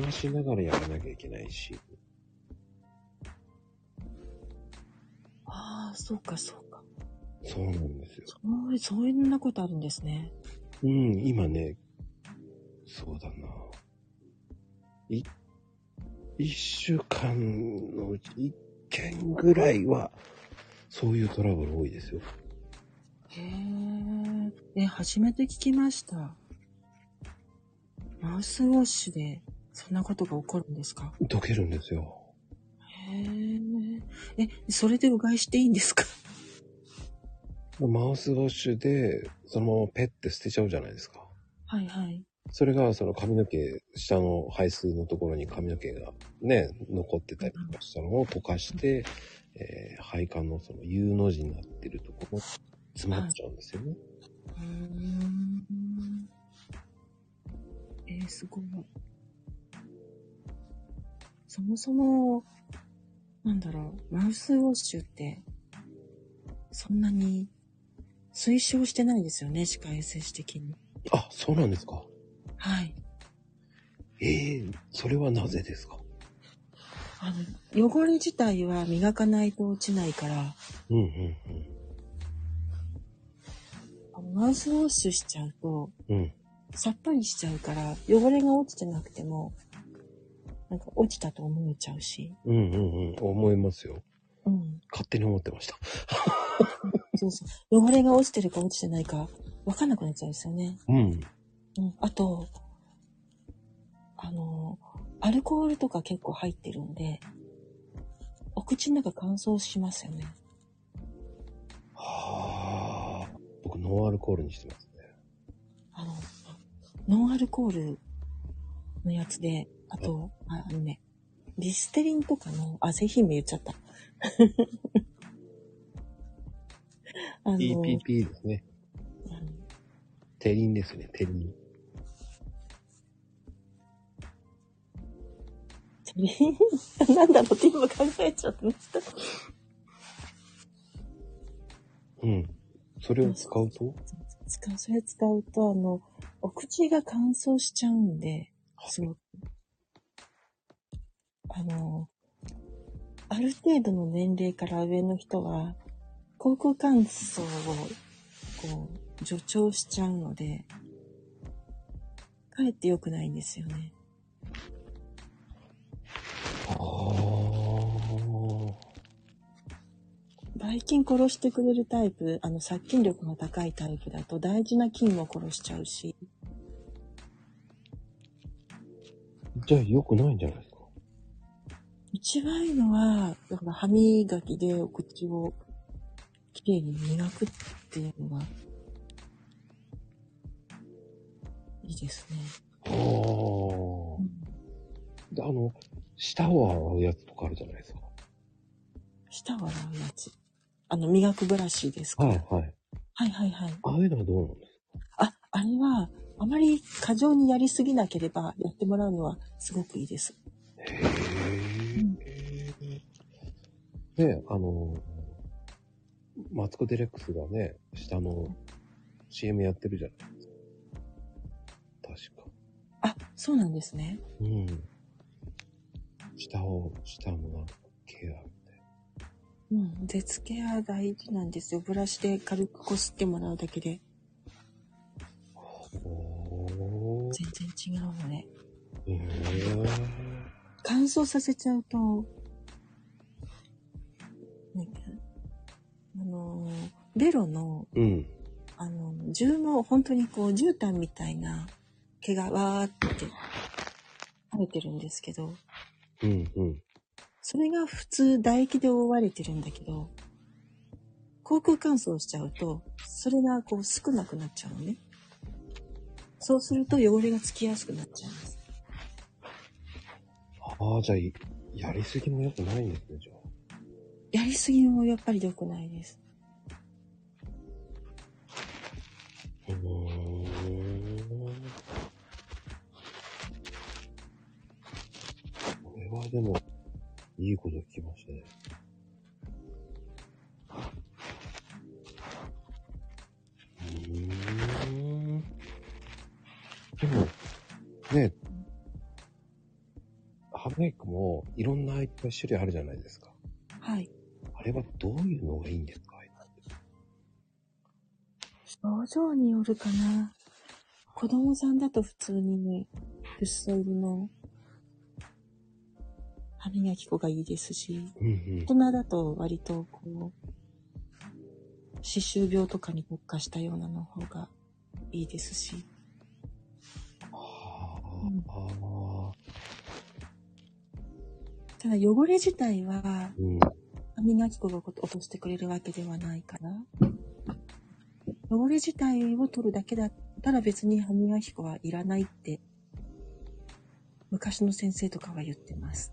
S1: 流しながらやらなきゃいけないし。
S2: ああ、そうか、そうか。
S1: そうなんですよ。
S2: そう、そんなことあるんですね。
S1: うん、今ね、そうだな。い、一週間のうち一件ぐらいは、そういうトラブル多いですよ。
S2: へえ。え、初めて聞きました。マウスウォッシュで、そんなことが起こるんですか
S1: 溶けるんですよ。
S2: へえ。え、それでうがいしていいんですか
S1: マウスウォッシュで、そのままペッて捨てちゃうじゃないですか。
S2: はいはい。
S1: それが、その髪の毛、下の排水のところに髪の毛がね、残ってたりとかしたのを溶かして、えー配管のその U の字になってるところ、詰まっちゃうんですよね。
S2: うーん。えー、すごい。そもそも、なんだろう、マウスウォッシュって、そんなに推奨してないですよね、歯科衛生士的に。
S1: あ、そうなんですか。
S2: はい。
S1: ええそれはなぜですか
S2: あの、汚れ自体は磨かないと落ちないから、
S1: うんうん
S2: あのマウスウォッシュしちゃうと、
S1: うん。うん。
S2: さっぱりしちゃうから、汚れが落ちてなくても、なんか落ちたと思えちゃうし。
S1: うんうんうん。思いますよ。
S2: うん。
S1: 勝手に思ってました。
S2: そうそう。汚れが落ちてるか落ちてないか、わかんなくなっちゃうんですよね。
S1: うん。
S2: うん。あと、あの、アルコールとか結構入ってるんで、お口の中乾燥しますよね。
S1: はあ。僕、ノンアルコールにしてますね。
S2: あの、ノンアルコールのやつで、あと、ああのね、リステリンとかの、あ、製品名言っちゃった。 あの、
S1: EPP ですね。
S2: うん
S1: テリンですね、テリン。
S2: なんだろうって今考えちゃってました。
S1: うん。それを使うと
S2: 使う、それ使うと、あの、お口が乾燥しちゃうんで、すごく。あの、ある程度の年齢から上の人は、口腔乾燥を、こう、助長しちゃうので、かえって良くないんですよね。
S1: ああ。
S2: ばい菌殺してくれるタイプ、あの、殺菌力が高いタイプだと大事な菌も殺しちゃうし、
S1: じゃあ、良くないんじゃないですか
S2: 一番いいのは、だから歯磨きでお口をきれいに磨くっていうのが、いいですね。
S1: ああ。であの、舌を洗うやつとかあるじゃないですか。
S2: 舌を洗うやつ。あの、磨くブラシですか、
S1: はいはい。
S2: はいはいはい。
S1: ああいうのはどうなんです
S2: あ、あれは、あまり過剰にやりすぎなければやってもらうのはすごくいいです。
S1: かへえ。ねあの、マツコ・デレックスがね、下の CM やってるじゃないですか。確か。
S2: あ、そうなんですね。
S1: うん。下を、下のなんかケアみたいな。
S2: うん。絶ケア大事なんですよ。ブラシで軽くこすってもらうだけで
S1: おー。
S2: 全然違うので、
S1: へえ。
S2: 乾燥させちゃうと、なんかあのー、ベロの、
S1: うん。
S2: あの、重毛、本当にこう、絨毯みたいな毛がわーって生えてるんですけど、
S1: うんうん。
S2: それが普通唾液で覆われてるんだけど、口腔乾燥しちゃうと、それがこう少なくなっちゃうのね。そうすると汚れがつきやすくなっちゃいます。
S1: ああ、じゃあ、いやりすぎも良くないんですね、じゃあ。
S2: やりすぎもやっぱり良くないです。
S1: うーん。これはでも、ういいこと聞きましたね。うーん。でも、ね、ハブメイクもいろんなアイテム種類あるじゃないですか。
S2: はい。
S1: あれはどういうのがいいんですか
S2: 症状によるかな。子供さんだと普通に、薄い入りの歯磨き粉がいいですし、
S1: うんうん
S2: 大。人だと割とこう、歯周病とかに特化したようなの方がいいですし。
S1: は
S2: うん
S1: あ、ああ、
S2: ただ汚れ自体は
S1: うん。
S2: 歯磨き粉が落としてくれるわけではないから、汚れ自体を取るだけだったら別に歯磨き粉はいらないって、昔の先生とかは言ってます。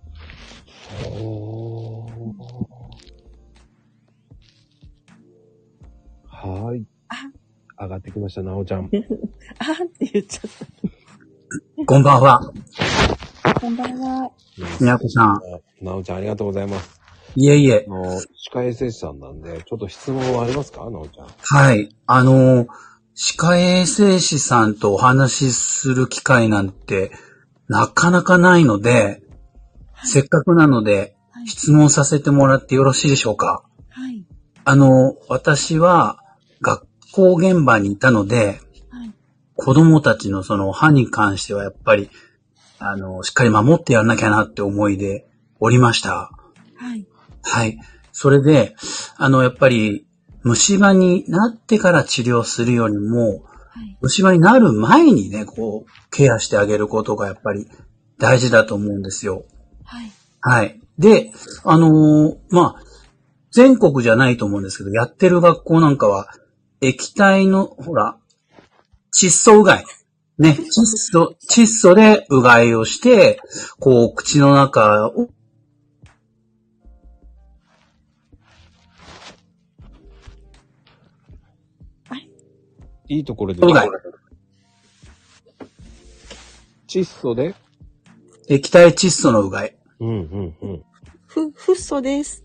S1: おー。はーい。
S2: あ
S1: 上がってきました、なおちゃん。
S2: あーって言っちゃっ
S3: こんばんは。
S2: た。こんばんは。
S3: みやこさん。
S1: なおちゃん、ありがとうございます。
S3: いえいえ
S1: あ。の、歯科衛生士さんなんで、ちょっと質問はありますかなおちゃん。
S3: はい。あのー、歯科衛生士さんとお話しする機会なんて、なかなかないので、せっかくなので、
S2: はい。
S3: 質問させてもらってよろしいでしょうか
S2: はい。
S3: あの、私は学校現場にいたので、
S2: はい。
S3: 子供たちのその歯に関してはやっぱり、あの、しっかり守ってやんなきゃなって思いでおりました。
S2: はい。
S3: はい。それで、あの、やっぱり、虫歯になってから治療するよりも、
S2: はい。
S3: 虫歯になる前にね、こう、ケアしてあげることがやっぱり大事だと思うんですよ。
S2: はい。
S3: はい。で、あのーまあ、全国じゃないと思うんですけど、やってる学校なんかは、液体の、ほら、窒素うがい。ね、窒素、窒素でうがいをして、こう、口の中を、
S1: いいところで。
S3: そうだよ
S1: 窒素で
S3: 液体窒素のうがい。
S1: うんうんうん。
S2: ふ、フッ素です。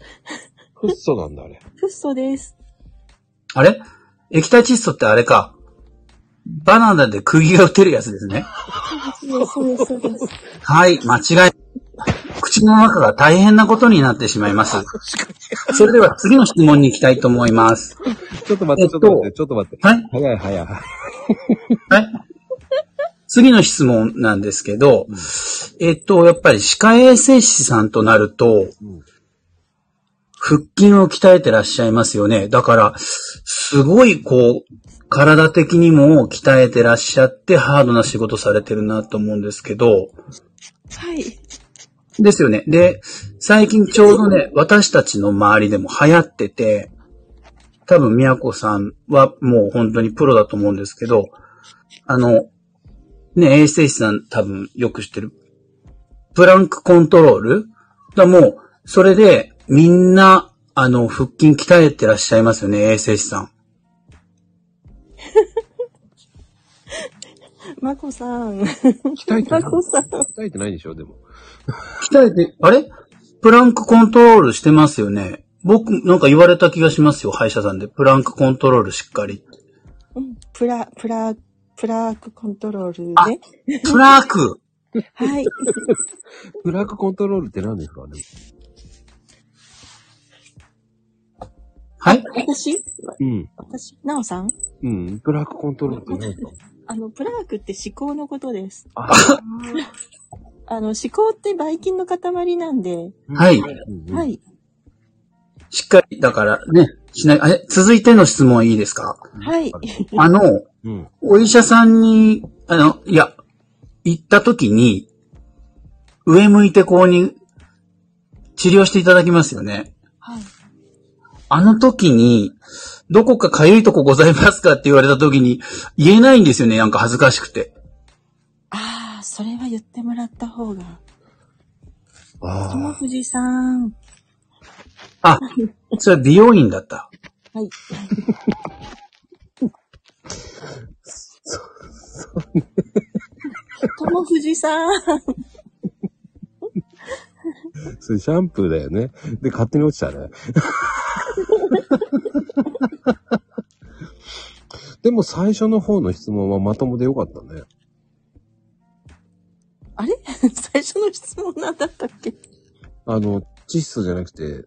S1: フッ素なんだ、あれ。
S2: フッ素です。
S3: あれ液体窒素ってあれか。バナナで釘が打てるやつですね。
S2: そうです、そうです、そうです。
S3: はい、間違い。口の中が大変なことになってしまいます。それでは次の質問に行きたいと思います。
S1: ちょっと待って、ちょっと待って、ちょっと待って。
S3: はい
S1: 早い早い。
S3: はい。次の質問なんですけど、えっと、やっぱり歯科衛生士さんとなると、
S1: うん
S3: 腹筋を鍛えてらっしゃいますよね。だから、すごいこう、体的にも鍛えてらっしゃって、ハードな仕事されてるなと思うんですけど、
S2: はい。
S3: ですよね。で、最近ちょうどね、私たちの周りでも流行ってて、多分、宮子さんはもう本当にプロだと思うんですけど、あの、ね、衛生士さん多分よく知ってる。プランクコントロールだもう、それでみんな、あの、腹筋鍛えてらっしゃいますよね、衛生士さん。
S2: まこさん。
S1: 鍛えてな
S2: ま
S1: い。
S2: こさん。
S1: 鍛えてないでしょ、でも。
S3: 鍛えて、あれプランクコントロールしてますよね。僕、なんか言われた気がしますよ、歯医者さんで。プランクコントロールしっかりって。
S2: うんプラ、プラ、プラークコントロール
S3: あ
S2: ね。
S3: プラーク。
S2: はい。
S1: プラークコントロールって何ですかでも
S3: はい
S2: 私
S1: うん。
S2: 私なおさん
S1: うん。プラークコントロールって何ですか
S2: あの、プラークって思考のことです。
S1: あ
S2: あの、思考ってばい菌の塊なんで、
S3: はい。
S1: うんうん
S2: は。い。
S3: しっかり、だからね、しない、あれ続いての質問いいですか
S2: はい。
S3: あの、
S1: うん。
S3: お医者さんに、あの、いや、行った時に、上向いてこうに治療していただきますよね。
S2: はい。
S3: あの時に、どこか痒いとこございますかって言われた時に、言えないんですよね、なんか恥ずかしくて。
S2: ああ、それは言ってもらった方が。友
S1: ああ。
S2: 藤さん。
S3: あ、それは美容院だった。
S2: はい。 友藤さん。
S1: それシャンプーだよね。で、勝手に落ちたね。でも最初の方の質問はまともでよかったね。
S2: あれ 最初の質問なんだったっけ
S1: あの、窒素じゃなくて、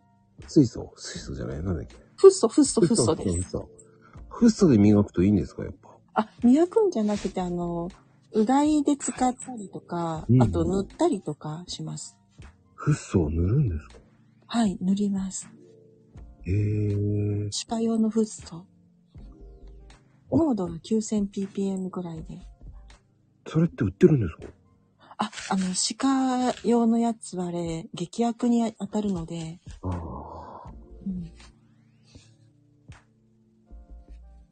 S1: 水素水素じゃないなんだっけ
S2: フッ素、フッ素、フッ素で
S1: フッ
S2: す。
S1: 素。フッ素で磨くといいんですかやっぱ。
S2: あ、磨くんじゃなくて、あの、うがいで使ったりとか、
S1: うん
S2: あと塗ったりとかします。
S1: フッ素を塗るんですか
S2: はい、塗ります。
S1: へえ。
S2: 歯科用のフッ素。濃度が 9000ppm ぐらいで。
S1: それって売ってるんですか
S2: あ、あの、歯科用のやつはあれ、劇薬に当たるので、
S1: ああ。
S2: うん、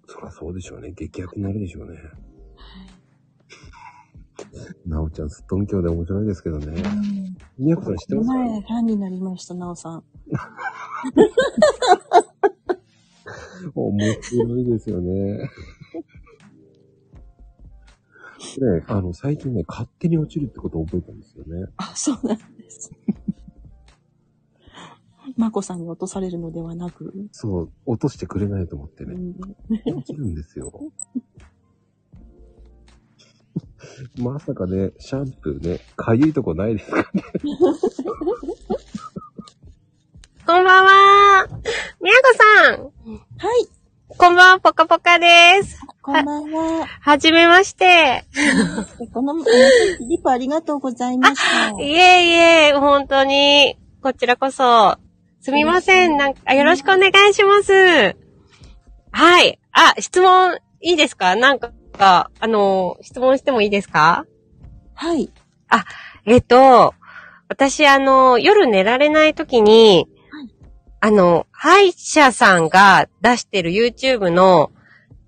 S1: そりゃそうでしょうね。激薬になるでしょうね。
S2: はい。
S1: なおちゃん、すっとんきょうで面白いですけどね。みやこさん知ってますか
S2: 前、ファンになりました、なおさん。
S1: 面白いですよ ね。ねあの、最近ね、勝手に落ちるってことを覚えたんですよね。
S2: あ、そうなんです。 まこさんに落とされるのではなく、
S1: そう、落としてくれないと思って
S2: う
S1: ね、
S2: ん
S1: 落ちるんですよ。 まさかね、シャンプーね、かゆいとこないですか
S4: こんばんは。みやこさん。
S2: はい、
S4: こんばんは、ぽかぽかです。
S2: こんばんは。
S4: はじめまして。
S2: この、あのリップありがとうございました。
S4: いえいえ、本当に、こちらこそ。すみません。なんか、よろしくお願いします。はい。あ、質問、いいですかなんか、あの、質問してもいいですか
S2: はい、
S4: えっと、私、あの、夜寝られないときに、あの、歯医者さんが出してる YouTube の、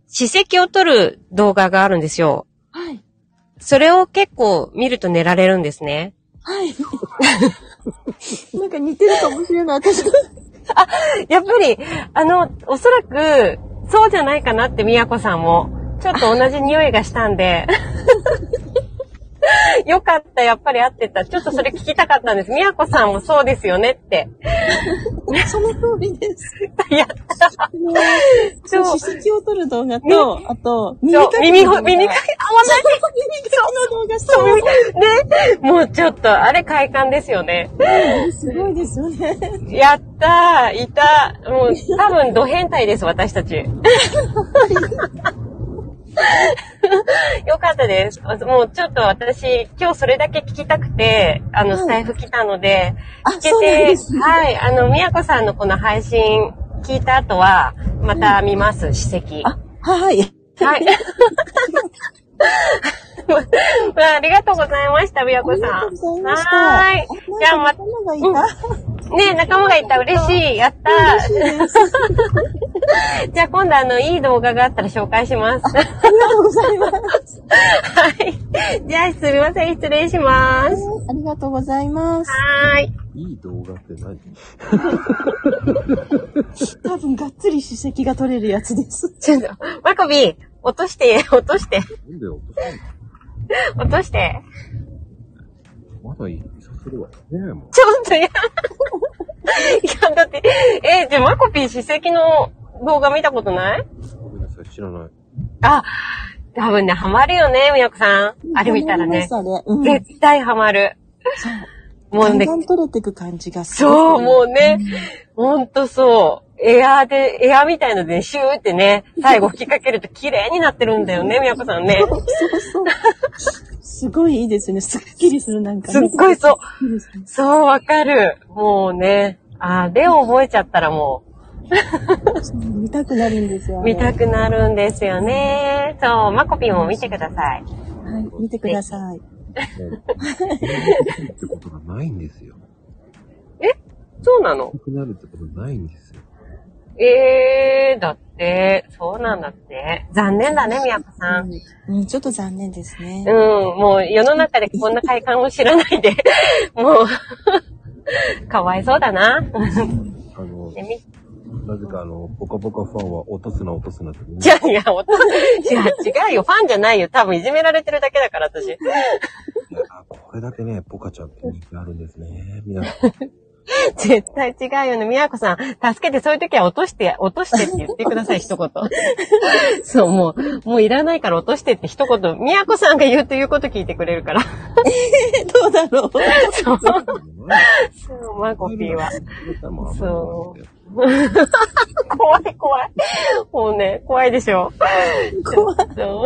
S4: 歯石を取る動画があるんですよ。
S2: はい、
S4: それを結構見ると寝られるんですね。
S2: はい。 なんか似てるかもしれない、私。
S4: やっぱり、あの、おそらく、そうじゃないかなって、みやこさんも。ちょっと同じ匂いがしたんで。 よかった、やっぱり合ってた。ちょっとそれ聞きたかったんです。みやこさんもそうですよねって。
S2: その通りです。
S4: いや、
S2: もう
S4: そう
S2: 歯石を取る動画と、あと、耳
S4: そ
S2: か
S4: う、
S2: き
S4: 耳
S2: の動
S4: ほ、
S2: 画
S4: 耳かき、合わない。
S2: 耳かきの動画、
S4: そう
S2: そう、
S4: ね。もうちょっと、あれ快感ですよね。
S2: すごいですよね。
S4: やったー、いた。もう、多分、ド変態です、私たち。よかったです。もう、ちょっと私、今日それだけ聞きたくて、あの、
S2: はい
S4: スタイフ来たので、
S2: あ
S4: 聞け
S2: そうなん
S4: て、
S2: ですね
S4: はい、あの、みやこさんのこの配信聞いた後は、また見ます、史跡。
S2: あ、はい。
S4: はい。 まあ、ありがとうございました、みやこさん。
S2: ありがとうございました
S4: はーい。じゃあ、ま
S2: ま、がいた。
S4: ねえ、仲間がいた嬉しい。やった
S2: 嬉しいです。あ
S4: ー。 じゃあ今度あの、いい動画があったら紹介します。は
S2: りがとうございます。
S4: い。じゃあすみません、失礼します。
S2: ありがとうございます。
S4: はーい。
S1: いい動画って何
S2: 多分がっつり歯石が取れるやつです。
S4: ちょっと、マコビー、落として、落として、
S1: なんだよ、落とした
S4: 落として。
S1: のまだいい、さするわよね、も。
S4: ちょっと、いや、いや、だって、え、じゃあマコピー、史跡の動画見たことないう
S1: ごめんなさい、知らない。
S4: あ、多分ね、ハマるよね、みやこさん。あれ見たらね。
S2: あれ。うん。
S4: 絶対ハマる。も
S2: だ
S4: うんね
S2: だ、ん取れてく感じがする。
S4: そう、もうね、ほんとそう。エアーで、エアーみたいので、シューってね、最後吹きかけると綺麗になってるんだよね、みやこさんね。
S2: そうそう。すごいいいですね。すっきりするなんか。
S4: すっごいそう
S2: う。いいですね
S4: そう、わかる。もうね、あれを覚えちゃったらも
S2: そう見たくなるんですよ。
S4: う、
S2: あれ
S4: 見たくなるんですよね。そう、マコピンも見てください。
S2: はい、見てください。
S1: ねってことがないんですよ。
S4: そうなの
S1: なくなるってことないんですよ。
S4: えー、だって、そうなんだって。残念だね、みやこさん。
S2: うん、ちょっと残念ですね
S4: うん、。もう世の中でこんな快感を知らないで、 もう、 かわいそうだな。
S1: あの、
S4: ねみ
S1: なぜかあの、ポカポカファンは落とすな落とすなってみん
S4: い
S1: な。
S4: やいや、おと違う違うよ。ファンじゃないよ。多分いじめられてるだけだから、私。
S1: いや、これだけね、ポカちゃんって人気あるんですね。皆さん。
S4: 絶対違うよね。みやこさん、助けて、そういう時は落として、落としてって言ってください、 一言。そう、もう、もういらないから落としてって一言、みやこさんが言うということ聞いてくれるから。
S2: え、どうだろう。
S4: そう、そう、マコピーは。 そう怖い、怖い。もうね、怖いでしょ。
S2: 怖い。
S4: そう、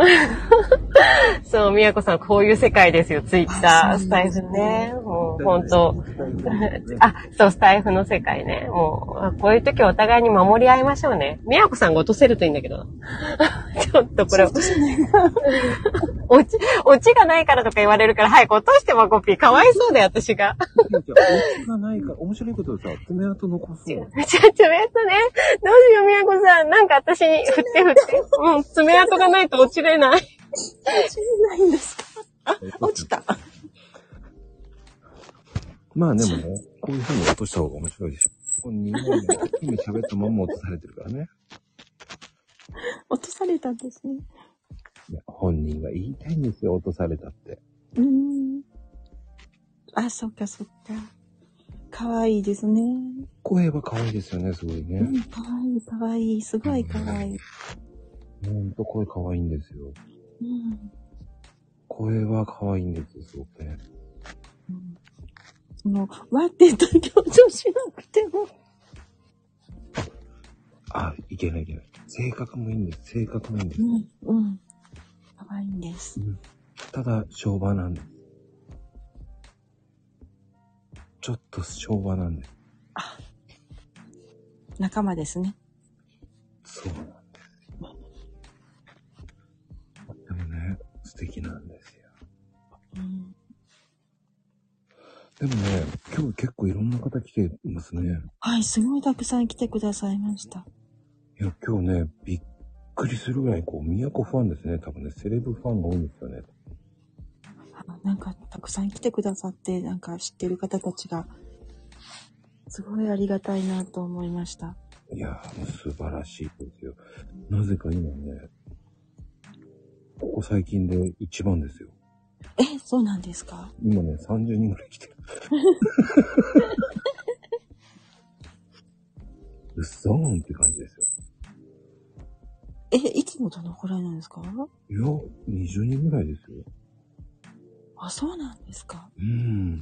S4: そうみやこさん、こういう世界ですよ、ツイッター、スタイフね。もう、本当。 あ、そう、スタイフの世界ね。もう、あこういう時はお互いに守り合いましょうね。みやこさんが落とせるといいんだけど。 ちょっとこれ、落ち、落ちがないからとか言われるから、早く落としてマコピー。かわいそうだよ、私が。
S1: 音がないから、面白いことでさ、爪痕残そう。
S4: めちゃ爪痕ね。どうしよう、みやこさん。なんか私に振って振って。うん、爪痕がないと落ちれない。
S2: 知らないんです かあ、落ちた。
S1: まあで もね、こういう風に落とした方が面白いでしょ。ここに、今喋ったまんま落とされてるからね。
S2: 落とされたんですね。
S1: いや本人は言いたいんですよ、落とされたって。
S2: うーん。あ、そっかそっか。かわいいですね。
S1: 声は可愛いですよね、すごいうね。
S2: ん、かわいいかわいい。すごいかわいい。
S1: ほんと声可愛いんですよ。
S2: うん。
S1: 声は可愛いんですよ、すごくね。
S2: うんその、わってと強調しなくても。
S1: あ、いけないいけない。性格もいいんです、性格もいいんで
S2: う
S1: す。
S2: ん、うん。かわいいんです。
S1: ただ、昭和なんです。ちょっと昭和なんです。
S2: 仲間ですね。
S1: そうなんです。でもね、素敵なんですよ。
S2: うん。
S1: でもね、今日結構いろんな方来てますね。
S2: はい、すごいたくさん来てくださいました。
S1: いや、今日ね、びっくりするぐらい、こう、宮古ファンですね。多分ね、セレブファンが多いんですよね。
S2: あなんか、たくさん来てくださって、なんか知ってる方たちが、すごいありがたいなと思いました。
S1: いやー、もう素晴らしいですよ。なぜか今ね、ここ最近で一番ですよ。
S2: え、そうなんですか
S1: 今ね、30人ぐらい来てる。うっそーんって感じですよ。
S2: え、いつもどのくらいなんですか
S1: いや、20人ぐらいですよ。
S2: あ、そうなんですか。
S1: うん。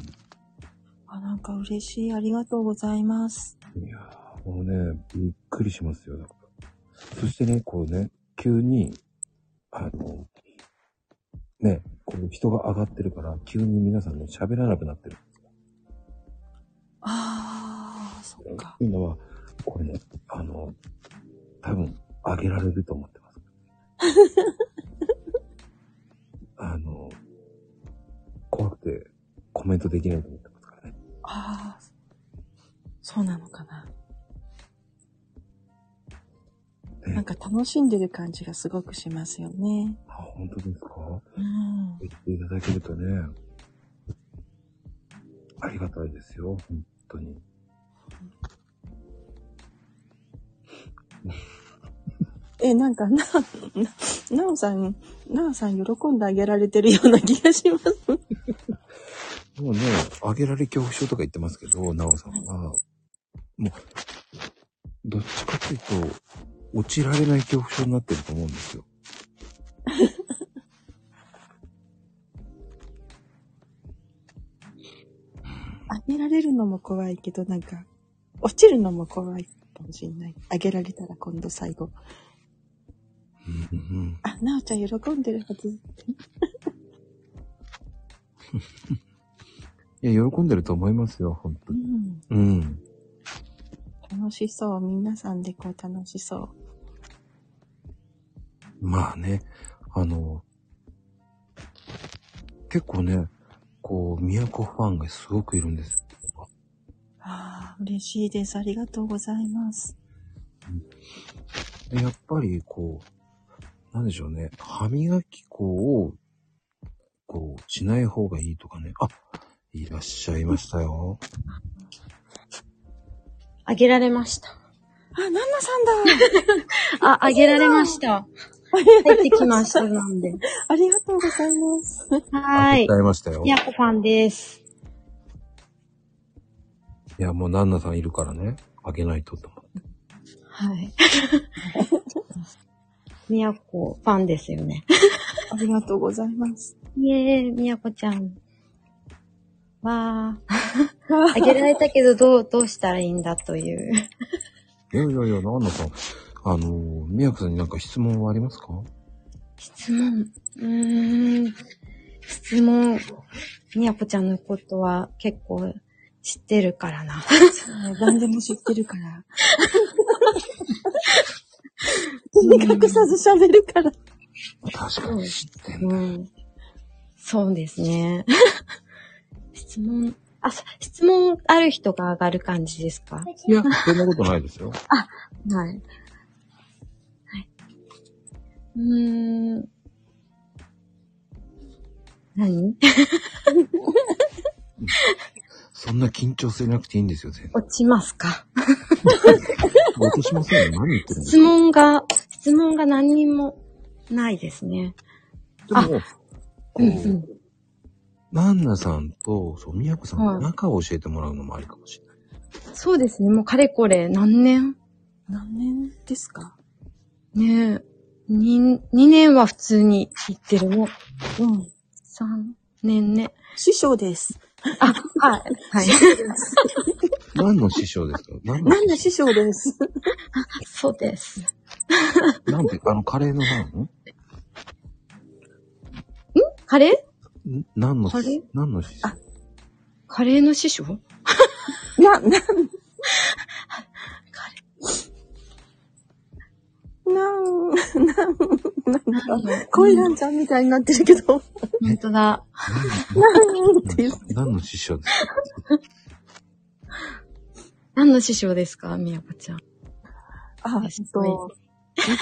S2: あ、なんか嬉しい。ありがとうございます。
S1: いやー、もうね、びっくりしますよ。だからそしてね、こうね、急に、あの、ね、こう人が上がってるから、急に皆さんね、喋らなくなってる。
S2: あー、そっか。
S1: というのは、これね、あの、多分、上げられると思って ます。あの、怖くてコメントできないと思ってますからね。
S2: あー、そうなのかな。
S1: ね
S2: なんか楽しんでる感じがすごくしますよね。
S1: あ、本当ですか
S2: うん。
S1: 言っていただけるとね、ありがたいですよ、本当に。
S2: え、なんか、な、な、なおさん、なおさん喜んであげられてるような気がします。
S1: もうね、上げられ恐怖症とか言ってますけど、なおさんは、もう、どっちかっていうと、落ちられない恐怖症になってると思うんですよ。
S2: あげられるのも怖いけど、なんか、落ちるのも怖いかもしれない。あげられたら今度最後。
S1: うんうん
S2: あ、なおちゃん喜んでるはず。
S1: うん、いや、喜んでると思いますよ、本当
S2: う
S1: に。
S2: ん。
S1: うん。
S2: 楽しそう。皆さんでこう楽しそ
S1: まあね、あの、結構ね、こう、宮古ファンがすごくいるんですよ。
S2: う。ああ、嬉しいです。ありがとうございます。
S1: でやっぱり、こう、なんでしょうね。歯磨き粉を、こう、しない方がいいとかね。あ、いらっしゃいましたよ。
S5: あげられました。
S2: あ、ナンナさんだ
S5: あ、あげられました。入ってきましたなんで。
S2: ありがとうございます。
S1: あ
S4: は
S1: り
S4: い
S1: がとうご。ざいましたよ。い
S5: やこさんです。
S1: や、もうナンナさんいるからね、あげないとと思って。
S5: はい。 みやこファンですよね。
S2: ありがとうございます。
S5: いえー、みやこちゃん。わ ー。あげられたけど、どう、どうしたらいいんだという。
S1: いやいやいや、ナンナさん、あのー、みやこさんになんか質問はありますか
S5: 質問。うーん。質問。みやこちゃんのことは結構知ってるからな。
S2: 何でも知ってるから。隠さず喋るから。
S1: 確かに知ってんだ。
S5: うん。そうですね。 質問、あ、そ質問ある人が上がる感じですか
S1: いや、そんなことないですよ。
S5: はい。はい。うーん。 何
S1: そんな緊張せなくていいんですよ、全然。
S5: 落ちますか
S1: 落としませんよ。何言ってるんです
S5: 質
S1: か
S5: 問が、質問が何にもないですね。
S1: でも、
S5: うんうん。
S1: ナンナさんと、そう、みやこさん
S5: は
S1: の
S5: い
S1: 仲を教えてもらうのもありかもしれない。
S5: そうですね。もうかれこれ何年
S2: 何年ですか
S5: ねえ。2、二年は普通に行ってるね。
S2: うん。
S5: 3年ね。
S2: 師匠です。
S5: あ、はい。はい。
S1: 何の師匠ですか何の
S2: 何の師匠です。
S5: そうです。
S1: なんて、あの、カレーの何の
S5: カレー
S1: ん何の
S5: カレー、
S1: 何の師匠
S5: カレーの師匠カレ
S2: な、な、なん、なん、なんか、恋なんちゃんみたいになってるけど、
S5: ー。本当だ。
S2: なんっていう。
S1: 何の師匠ですか
S5: 何の師匠ですかみやこちゃん。
S2: あ、えっと、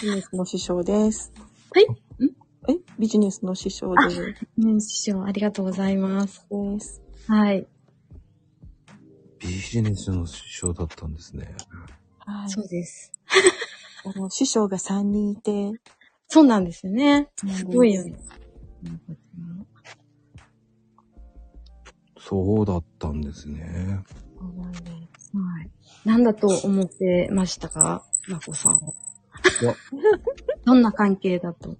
S2: ビジネスの師匠です。
S5: はい
S2: えビジネスの師匠です。
S5: うん、師匠、ありがとうございます。
S2: です
S5: はい。
S1: ビジネスの師匠だったんですね。
S2: はい。
S5: そうです。
S2: あの師匠が3人いて、
S5: そうなんですよね。
S2: す
S5: すごいよね。みやこちゃん
S1: そうだったんですね。
S5: はい。何だと思ってましたかまこさんは。
S1: いや、
S5: どんな関係だと。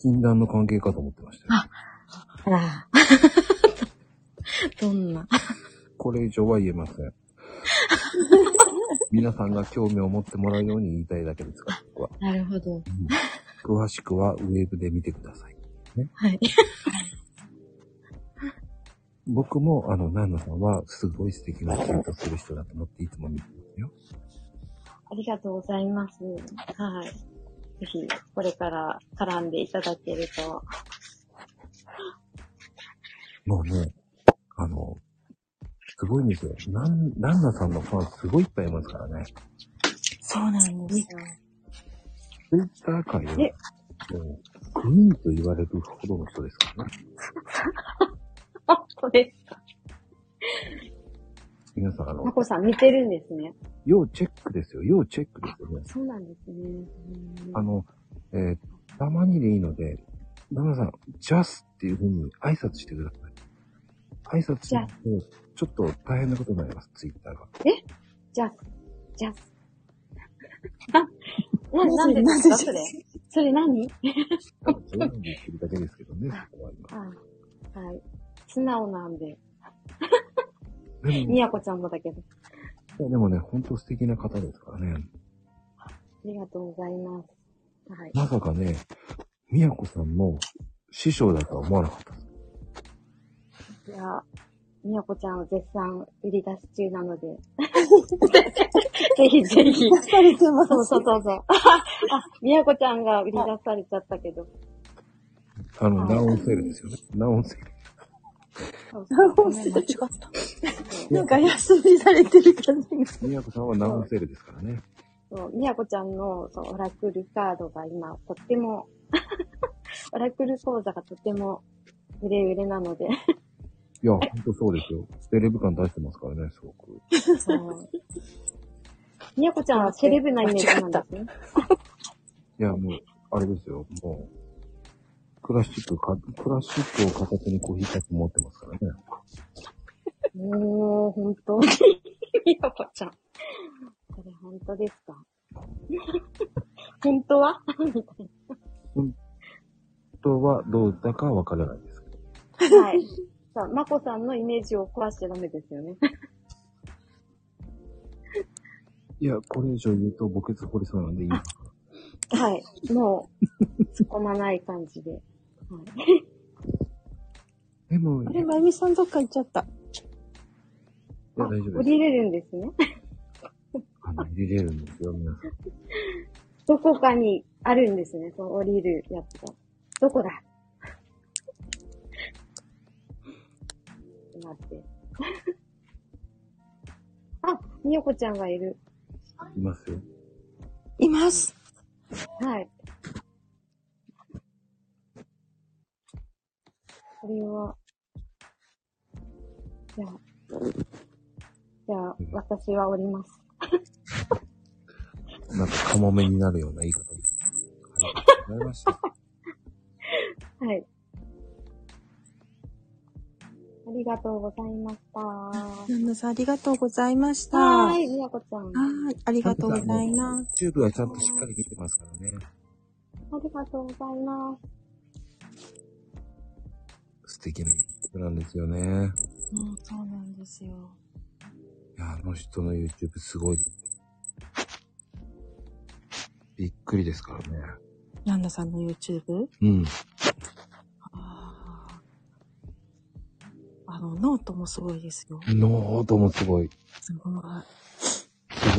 S1: 禁断の関係かと思ってましたよ。
S5: あら。 どんな。
S1: これ以上は言えません。皆さんが興味を持ってもらうように言いたいだけですから、僕は。
S5: なるほど。
S1: 詳しくはウェブで見てください。
S5: はい。
S1: 僕も、あの、ナンナさんは、すごい素敵な仕事をする人だと思っていつも見てますよ。
S5: ありがとうございます。はい。ぜひ、これから絡んでいただけると。
S1: もうね、あの、すごいんですよ。なん、ナンナさんのファンすごいいっぱいいますからね。
S2: そうなんですよ。
S1: ツイッター界で、もう、クイーンと言われるほどの人ですからね。
S5: あ、これ、
S1: 皆さん、あの
S5: ま、こさん見てるんですね。
S1: 要チェックですよ。要チェックですよね。
S5: そうなんですね。
S1: あの、えーたまにでいいので、ナナさん、ジャスっていう風に挨拶してください。挨拶しないと、ちょっと大変なことになります、ツイッターが。
S5: じゃ、じゃ。あ、 な、
S2: な
S5: なんん
S2: で
S5: で
S2: です
S5: で
S2: か
S5: すかそれ。それ何
S1: 多分そういうので言ってるだけですけどね、そこは今。
S5: あはい。素直なんで。
S1: でも
S5: み、やこちゃんもだけど。
S1: でもね、本当素敵な方ですからね。
S5: ありがとうございます。はい。
S1: まさかね、みやこさんの師匠だとは思わなかったです。
S5: いや、みやこちゃんは絶賛売り出し中なので。 ぜひぜひ。
S2: 出されてます。
S5: そうそうそう そう。あ、みやこちゃんが売り出されちゃったけど。
S1: あの、ナオンセールですよね。ナオンセール。
S2: 間違った。なんか休みされてる感じが。
S1: みやこさんはナオンセールですからね。
S5: そう、みやこちゃんの、そう、オラクルカードが今、とっても、 オラクル講座がとっても、売れ売れなので、
S1: いや、ほんとそうですよ。セレブ感出してますからね、すごく。
S5: そう。みやこちゃんはセレブなイメージなんですね。
S1: いや、もう、あれですよ、もう、クラシックか、クラシックを片手にコーヒーカップ持ってますからね。
S5: おー、ほんと。みやこちゃん。これほんとですか本当は
S1: 人はどうだかわからないですけど。
S5: はい。さあ、まこさんのイメージを壊しちゃダメですよね。
S1: いや、これ以上言うと墓穴掘りそうなんでいい。
S5: はい。もう、突っ込まない感じで。はい、
S1: でも、い
S2: あれ、まゆみさんどっか行っちゃった。
S1: や、大丈夫
S5: 降
S1: です。
S5: りれるんですね。
S1: あの、入れれるんですよ、皆さん。
S5: どこかにあるんですね。その降りるやつが。どこだ待って。 あ、みよこちゃんがいる。
S1: いますよ。
S2: います。
S5: はい。これは、じゃあ、じゃあ、私はおります。
S1: なんか、カモメになるような言い方です。ありがとうございました。
S5: はい。ありがとうございました。 は
S2: 旦那さんありがとうございました。
S5: ーい、みやこちゃん。あ
S2: はい。ありがとうございます。
S1: YouTube はちゃんとしっかり出てますからね。
S5: りがとうございます。
S1: 素敵な YouTube なんですよね。
S5: うん、そうなんですよ。
S1: いや、あの人の YouTube すごいです。びっくりですからね。
S2: 旦那さんの YouTube?
S1: うん。
S2: あーあの、ノートもすごいですよ。
S1: ノートもすごい。
S2: すごい。
S1: す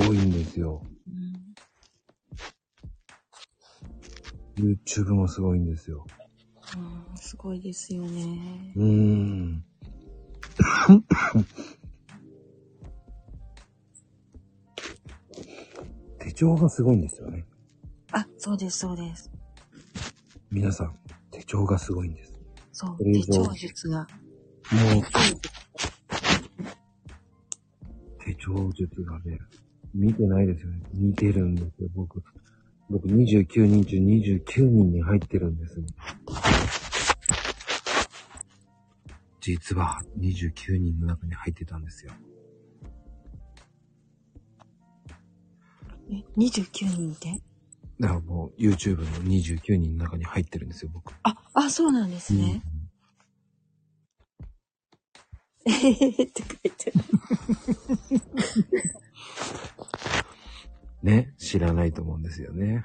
S1: ごいんですよ。
S2: うん
S1: YouTube もすごいんですよ。
S2: うん、すごいですよね。
S1: うーん。 手帳がすごいんですよね。
S2: あ、そうです、そうです。
S1: 皆さん、手帳がすごいんです。
S2: そう
S1: こ、れ以
S2: 手
S1: 上
S2: 帳術が。
S1: もう、手帳術がね、見てないですよね。見てるんですよ、僕。僕29人中29人に入ってるんです。実は29人の中に入ってたんですよ。
S2: え、29人って
S1: だからもう YouTube の29人の中に入ってるんですよ、僕。
S2: あ、あ、そうなんですね。えへへへって書いてる。
S1: ね、知らないと思うんですよね。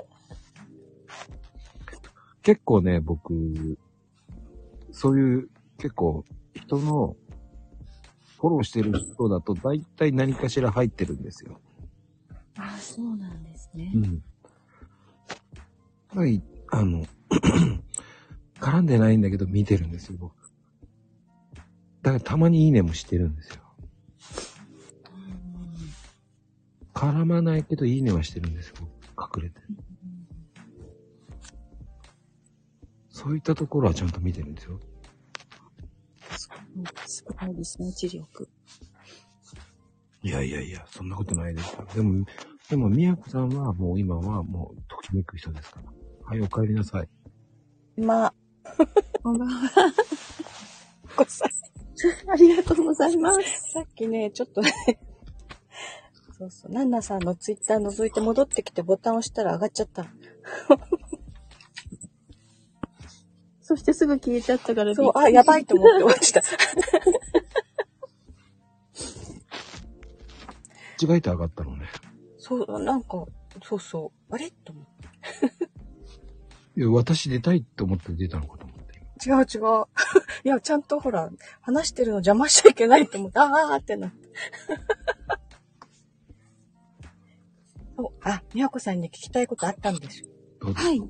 S1: 結構ね、僕、そういう、結構、人の、フォローしてる人だと、大体何かしら入ってるんですよ。
S2: あ、そうなんですね。
S1: ん。はい、あの、 絡んでないんだけど見てるんですよ、僕。だからたまにいいねもしてるんですよ。
S2: うん
S1: 絡まないけどいいねはしてるんですよ、僕隠れて。そういったところはちゃんと見てるんですよ。
S2: うんすごいですね、知力。
S1: いやいやいや、そんなことないですから。でも、でも、みやこさんはもう今はもう、ときめく人ですから。はい、お帰りなさい。
S2: まあ。こんばんは。ごさありがとうございます。さっきね、ちょっとね、そうそう、ナンナさんのツイッター覗いて戻ってきてボタン押したら上がっちゃった。
S6: そしてすぐ消えちゃったから
S2: そう、あ、やばいと思ってました。
S1: 間違えて上がったのね。
S2: そう、なんか、そうそう、あれと思っ
S1: いや、私出たいと思って出たのかと思って。
S2: て。違う違う。いや、ちゃんとほら、話してるの邪魔しちゃいけないと思って、あーってなって。 そう、あ、みやこさんに聞きたいことあったんですよ
S1: どうぞ
S6: はい。
S2: あ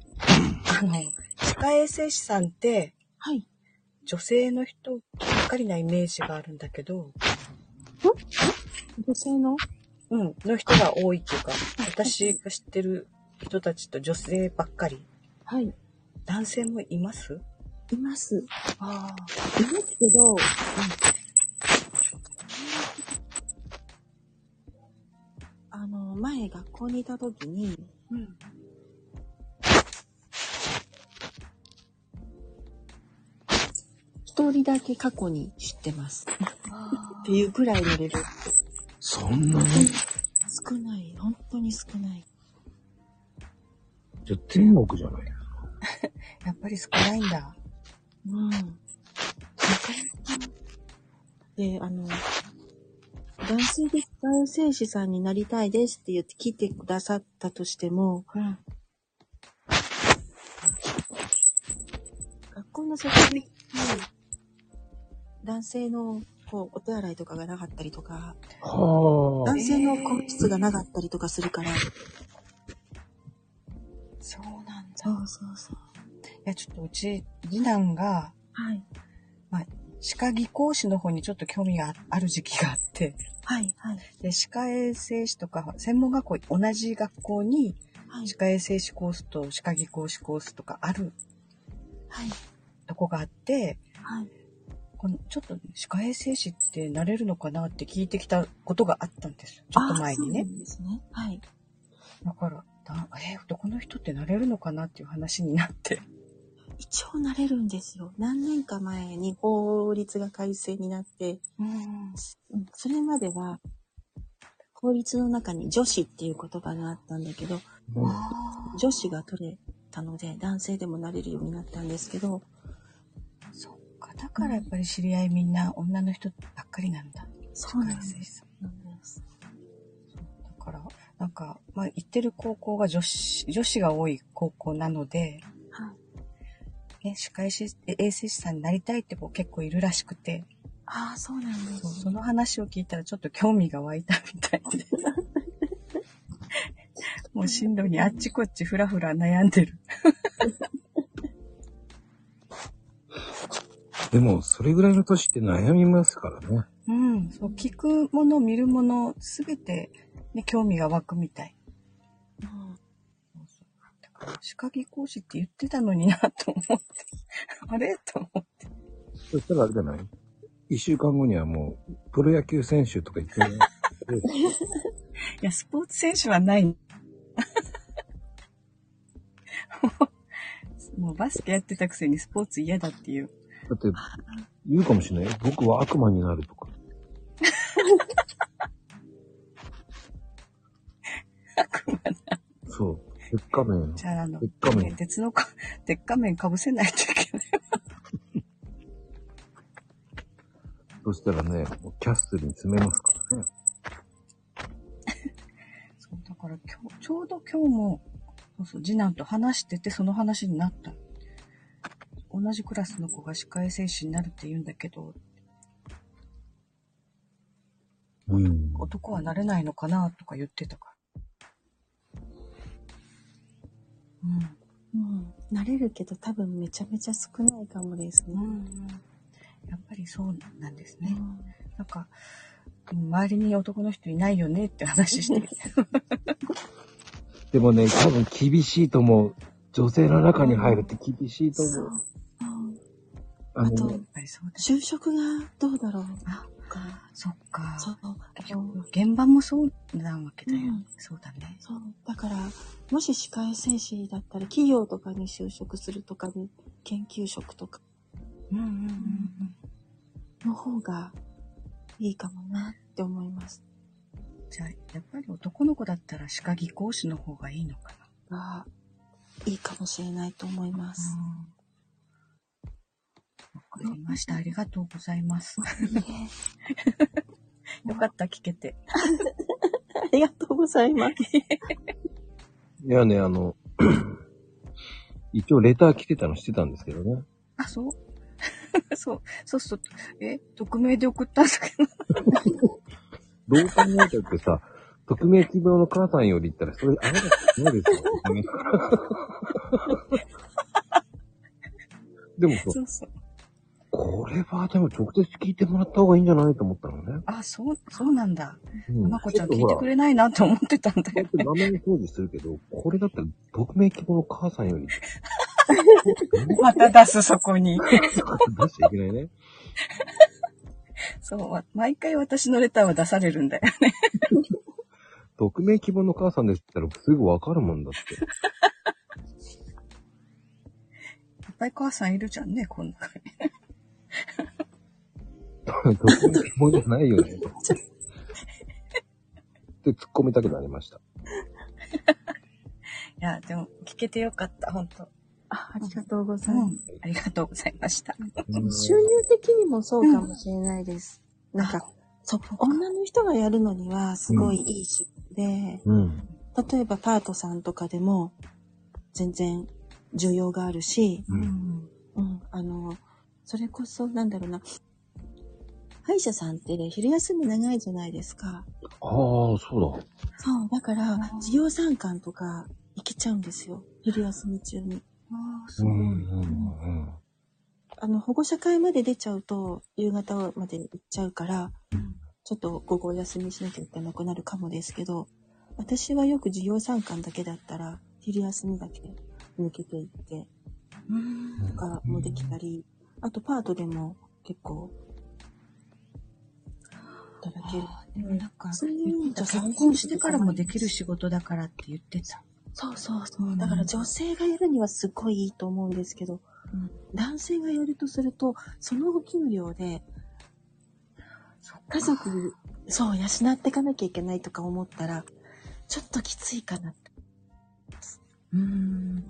S2: の、歯科衛生士さんって、
S6: はい。
S2: 女性の人ばっかりなイメージがあるんだけど、
S6: 女性の
S2: うん、の人が多いっていうか、私が知ってる人たちと女性ばっかり。
S6: はい。
S2: 男性もいます
S6: います。
S2: ああ。
S6: いますけど、あの、前、
S2: 前学校にいた時に、一人だけ過去に知ってます。っていうくらいのレベル。
S1: そんなに
S2: 少ない。本当に少ない。
S1: じゃあ天国じゃない
S2: やっぱり少ないんだ。うん。なかなかで、あの、男性で、男性師さんになりたいですって言って来てくださったとしても、学校の先に、男性の、こう、お手洗いとかがなかったりとか、
S1: はあ。
S2: 男性の個室がなかったりとかするから。そうなんだ。そうそうそう。
S7: いや、ちょっとうち、次男が、
S2: はい。
S7: 歯科技工士の方にちょっと興味がある時期があって、
S2: はい、はい。
S7: で、歯科衛生士とか、専門学校、同じ学校に、
S2: はい
S7: 歯科衛生士コースと歯科技工士コースとかある
S2: はい。
S7: とこがあって、
S2: はい。
S7: このちょっとね歯科衛生士ってなれるのかなって聞いてきたことがあったんです。ちょっと前に
S2: あそ
S7: ね
S2: う。なんですね。はい。
S7: だから、だえー男の人ってなれるのかなっていう話になって。
S2: 一応なれるんですよ。何年か前に法律が改正になって、
S7: うん。
S2: うんそれまでは、法律の中に女子っていう言葉があったんだけど、女子が取れたので、男性でもなれるようになったんですけど、
S7: そっか。だからやっぱり知り合いみんな女の人ばっかりなんだ。
S2: そうなん
S7: 歯
S2: で
S7: 科
S2: す
S7: 衛生。士さん
S2: です
S7: だから、なんか、まあ、行ってる高校が女子、女子が多い高校なので、
S2: は
S7: ね、歯科衛生衛生士さんになりたいって子結構いるらしくて、
S2: ああ、そうなんです
S7: そうその話を聞いたらちょっと興味が湧いたみたい で。もう進路にあっちこっちふらふら悩んでる。
S1: でも、それぐらいの年って悩みますからね。
S7: うん、そう、聞くもの、見るもの、すべて、ね、興味が湧くみたい。そうそうだから、歯科技講師って言ってたのになと思って、あれと思って。
S1: そしたらあれじゃない一週間後にはもう、プロ野球選手とか言って る。
S7: いや、スポーツ選手はない。 もうバスケやってたくせにスポーツ嫌だっていう。
S1: だって、言うかもしれない。僕は悪魔になるとか。
S7: 悪魔な
S1: そう。結果面。
S7: じゃあ、あの
S1: 鉄仮、面
S7: ね鉄のか、鉄仮面かぶせないといけない。
S1: そしたらね、もうキャッスルに詰めますからね。
S7: そう、だから今日、ちょうど今日も、そうそう、次男と話してて、その話になった。同じクラスの子が歯科衛生士になるって言うんだけど、
S1: うん。
S7: 男はなれないのかなとか言ってたから。うん。
S2: うん。なれるけど多分めちゃめちゃ少ないかもですね。
S7: やっぱりそうなんですね。なんか、周りに男の人いないよねって話して。
S1: でもね、多分厳しいと思う。女性の中に入るって厳しいと思う。
S2: うん
S1: あの
S2: あと
S1: ね、
S7: やっぱりそうです。
S2: 就職がどうだろう
S7: あ
S2: とか、
S7: そっか。
S2: そう、あの
S7: 現場もそうなわけだよね。
S2: うん
S7: そうだね。
S2: そう。だから、もし歯科衛生士だったら、企業とかに就職するとかに、研究職とか
S7: うんうんうん。
S2: の方がいいかもなって思います。
S7: じゃあ、やっぱり男の子だったら歯科技工士の方がいいのかな。
S2: が、いいかもしれないと思います。
S7: わかりました。ありがとうございます。よかった、聞けて。
S2: ありがとうございます。
S1: いやね、あの、 一応レター来てたのしてたんですけどね。
S7: あ、そうそう、 そうそう。え、匿名で送ったんだけど。
S1: どう考えたって さ、匿名希望の母さんより言ったら、それ、あなたそうですよ。 でもそう、
S7: そうそう。
S1: これはでも直接聞いてもらった方がいいんじゃないと思ったのね。
S7: あ、そう、そうなんだ。
S1: うん
S7: まこちゃん聞いてくれないなと思ってたんだ
S1: ちょっ
S7: よ
S1: と
S7: ね。
S1: 画面表示するけど、これだったら、匿名希望の母さんより、
S7: また出す、そこに。
S1: 出しちゃいけないね。
S7: そう、わ毎回私のレターは出されるんだよ。
S1: 匿名希望の母さんですって言ったらすぐわかるもんだって。
S7: いっぱい母さんいるじゃんね、こんな感じ。
S1: 匿名希望じゃない よね。って突っ込みたくなりました。
S7: いや、でも、聞けてよかった、本当
S2: あありがとうござ
S7: う
S2: います。
S7: ん。ありがとうございました。
S2: 収入的にもそうかもしれないです。なんか、そう、女の人がやるのにはすごいいい仕事で、
S1: うん。
S2: 例えばパートさんとかでも全然需要があるし、
S1: う。
S7: うんん。
S2: うん、あの、それこそなんだろうな、歯医者さんってね、昼休み長いじゃないですか。
S1: ああ、そうだ。
S2: そう、だから、授業参観とか行けちゃうんですよ。昼休み中に。
S7: ああ、す
S1: う
S7: ご
S1: んうん
S7: い。
S1: うん
S2: あの、保護者会まで出ちゃうと、夕方まで行っちゃうから、ちょっと午後お休みしなきゃいけなくなるかもですけど、私はよく授業参観だけだったら、昼休みだけ抜けていって、とかもできたり、あとパートでも結構、いただける。
S7: あーでもなんか、
S2: そういう意味じゃ
S7: 結婚してからもできる仕事だからって言ってた。
S2: そうそうそうう。
S7: ん
S2: だから女性がやるにはすごいいいと思うんですけど、
S7: うん
S2: 男性がやるとすると、そのお給料で、家族、そう、養っていかなきゃいけないとか思ったら、ちょっときついかなって。
S7: うーん。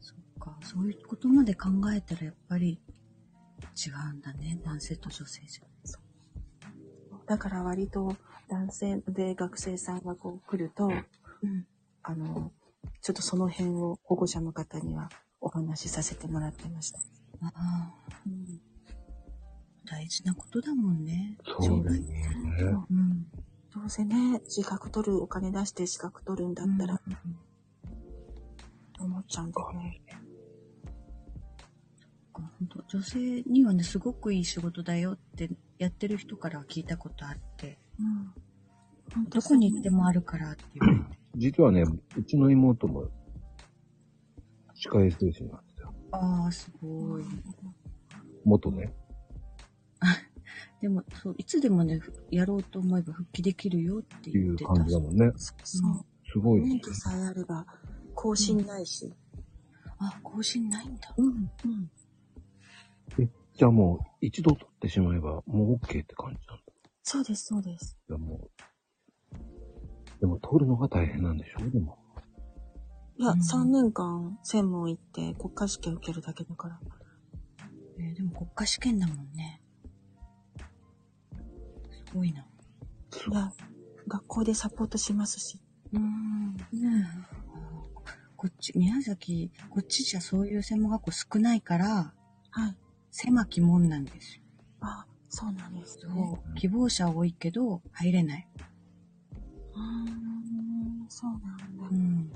S7: そっか。そういうことまで考えたらやっぱり違うんだね。男性と女性じゃ。
S2: だから割と男性で学生さんがこう来ると、
S7: うん。
S2: あの、ちょっとその辺を保護者の方にはお話しさせてもらってました。
S7: ああ、大事なことだもんね。
S1: そうだよね。
S7: うん。
S2: どうせね、資格取る、お金出して資格取るんだったら、と思っちゃうんでね。
S7: 本当女性にはね、すごくいい仕事だよってやってる人からは聞いたことあって、
S2: うん。本当
S7: どこに行ってもあるからっていう。
S1: 実はね、うちの妹も、歯科衛生士なんですよ。
S7: ああ、すごい。
S1: 元ね。
S7: でも、そう、いつでもね、やろうと思えば復帰できるよって
S1: ってい
S7: 言っ
S1: う
S7: てた。
S1: 感じだもんね。
S2: そう。
S1: すごいね
S2: 免。許さえあれば、更新ないし。
S7: あ、更新ないんだ。
S2: うん。うん。
S1: じゃあもう、一度取ってしまえば、もう OK って感じなんだ。
S2: そうです、そうです。
S1: いやもう。でも、取るのが大変なんでしょでも。
S2: いや、
S7: うん
S2: 3年間専門行って国家試験受けるだけだから。
S7: えーでも国家試験だもんね。すごいな。
S1: す
S2: いや、学校でサポートしますし。
S7: うん。ねえ。こっち、宮崎、こっちじゃそういう専門学校少ないから、
S2: はい。
S7: 狭き門なんですよ。
S2: あ、そうなんですね。
S7: そう。希望者多いけど、入れない。
S2: うーん、そうなんだ。
S7: うん。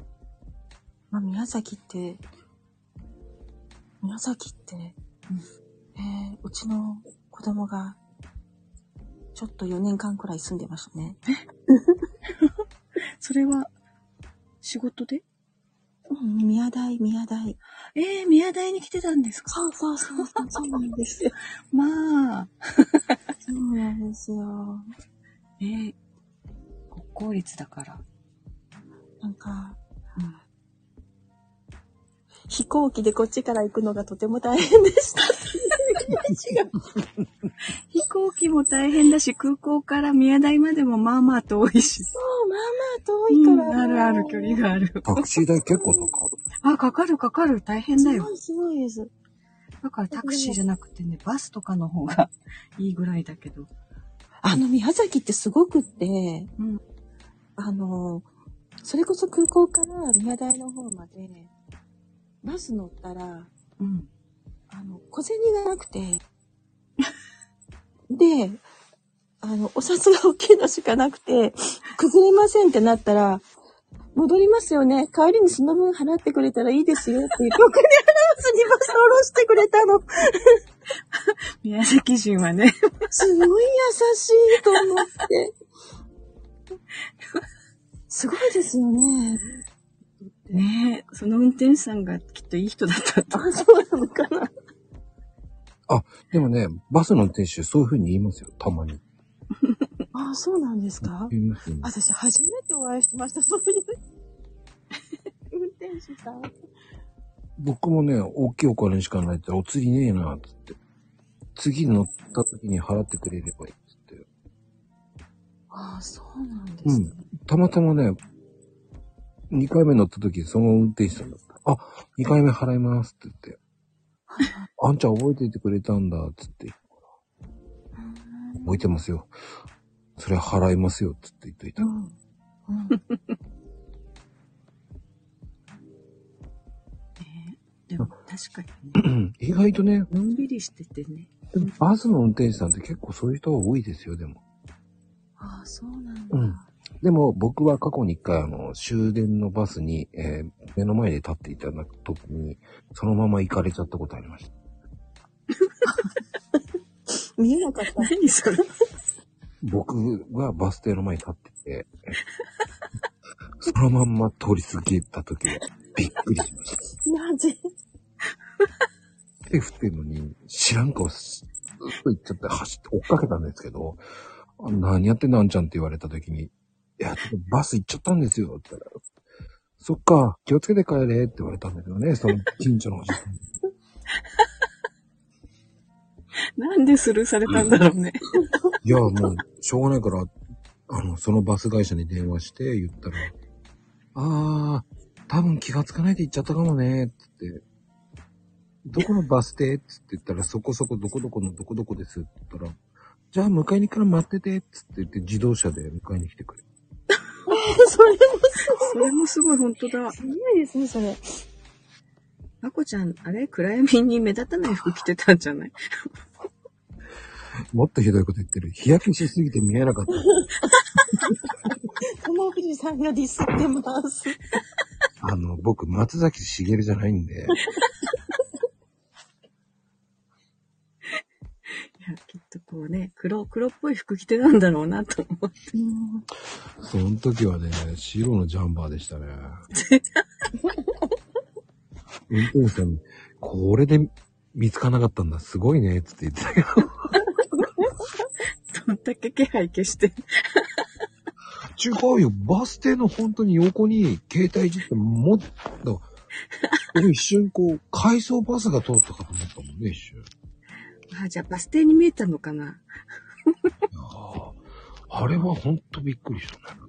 S2: まあ、宮崎って、宮崎って、えーうちの子供が、ちょっと4年間くらい住んでましたね。
S7: それは、仕事で
S2: うん、宮台、宮台。
S7: ええー、宮台に来てたんですか
S2: そうそうそう そう、そうなんですよ。
S7: まあ、
S2: そうなんですよ。
S7: えー、国公立だから。
S2: なんか、
S7: うん
S2: 飛行機でこっちから行くのがとても大変でした。
S7: 飛行機も大変だし、空港から宮台までもまあまあ遠いし。
S2: そう、まあまあ遠いから、
S7: うんあるある距離がある。
S1: タクシー代結構高い。
S7: あ、かかるかかる。大変
S2: す
S7: だ
S2: ご
S7: よ。
S2: いすごいです。
S7: だからタクシーじゃなくてね、バスとかの方がいいぐらいだけど。
S2: あの、宮崎ってすごくって、
S7: うん
S2: あの、それこそ空港から宮台の方まで、バス乗ったら、
S7: うん。
S2: あの、小銭がなくて、 で、あの、お札が大きいのしかなくて、崩れませんってなったら、戻りますよね。帰りにその分払ってくれたらいいですよって言って、僕に払わずにバス降ろしてくれたの。
S7: 宮崎人はね。
S2: すごい優しいと思って。すごいですよね。
S7: ねえ、その運転手さんがきっといい人だったと。
S2: あ、そうなのかな。
S1: でもね、バスの運転手、そういう風に言いますよ、たまに。
S2: あああ、そうなんですか
S1: いますよね
S2: 私、初めてお会いしました、そういう。運転手さん。
S1: 僕もね、大きいお金しかないって、お釣りねえな、つって。次乗った時に払ってくれればいい、つって。
S2: ああ、そうなんですね。
S1: たまたまね、2回目乗った時、その運転手さんだった。あ、2回目払いますって言って。 あんちゃん覚えていてくれたんだ、つって。覚えてますよ。それ払いますよ、つって言っといた。
S7: ねでも確かにね、
S1: 意外とね、
S7: のんびりしててね。
S1: でもバスの運転手さんって結構そういう人が多いですよ、でも。
S2: ああ、そうなんだ。
S1: うん。でも僕は過去に一回あの終電のバスに、えー目の前で立っていただくときに、そのまま行かれちゃったことありました。
S2: 見えなかった。
S7: 何それ
S1: 僕はバス停の前に立ってて、そのまんま通り過ぎたときはびっくりしました。
S2: なぜ
S1: 手振ってるのに知らん顔すずっと行っちゃって走って追っかけたんですけど、あ何やってんだあんちゃんって言われたときに、いや、ちょっとバス行っちゃったんですよって言ったら、そっか、気をつけて帰れって言われたんだけどね、その近所のおじさんに
S7: なんでスルーされたんだろうね。
S1: いや、もう、しょうがないから、あの、そのバス会社に電話して言ったら、あー、多分気がつかないで行っちゃったかもね、つって。どこのバス停つって言ったら、そこそこどこどこのどこどこですって言ったら、じゃあ迎えに行くから待ってて、つって言って自動車で迎えに来てくれ。
S7: それもすごい本当だ。
S8: すごいですね、それ。
S7: まこちゃん、あれ暗闇に目立たない服着てたんじゃない
S1: もっとひどいこと言ってる。日焼けしすぎて見えなかった。
S2: この藤さんがディスってます。
S1: あの、僕、松崎しげるじゃないんで、
S7: いや、きっとこうね、黒、黒っぽい服着てたんだろうなと思って。
S1: その時はね、白のジャンバーでしたね。運転手さんに、これで見つかなかったんだ、すごいね、つって言ってたけど、
S7: どんだけ気配消して。
S1: 違うよ、バス停の本当に横に携帯いじって、もっと、俺一瞬こう、回送バスが通ったかと思ったもんね、一瞬。い
S7: あ、じゃあバス停に見えたのかな
S1: やーあれは本当びっくりしたね。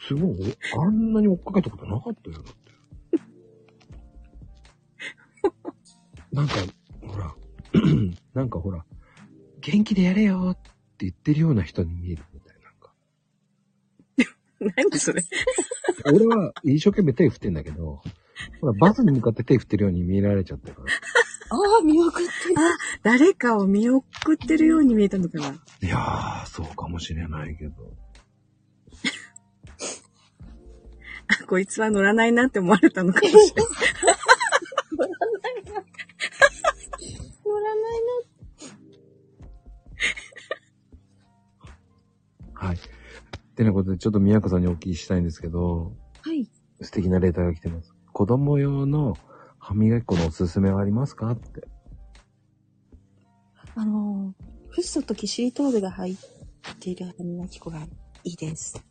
S1: すごい、あんなに追っかけたことなかったよ、だって。 なんか、ほら、 なんかほら、元気でやれよって言ってるような人に見えるみたいな。な
S7: 何それ
S1: んか俺は一生懸命手振ってんだけど、ほら、バスに向かって手振ってるように見られちゃったから。
S2: ああ、見送ってる。
S7: 誰かを見送ってるように見えたのかない
S1: やー、そうかもしれないけど。
S7: あこいつは乗らないなって思われたのかもしれない。
S2: 乗らない
S1: はい。ってなことで、ちょっと宮子さんにお聞きしたいんですけど、
S2: な。はい。
S1: 素敵なレターが来てます。子供用の歯磨き粉のおすすめはありますかって。
S2: あのー、フッ素とキシリトールが入っている歯磨き粉がいいです。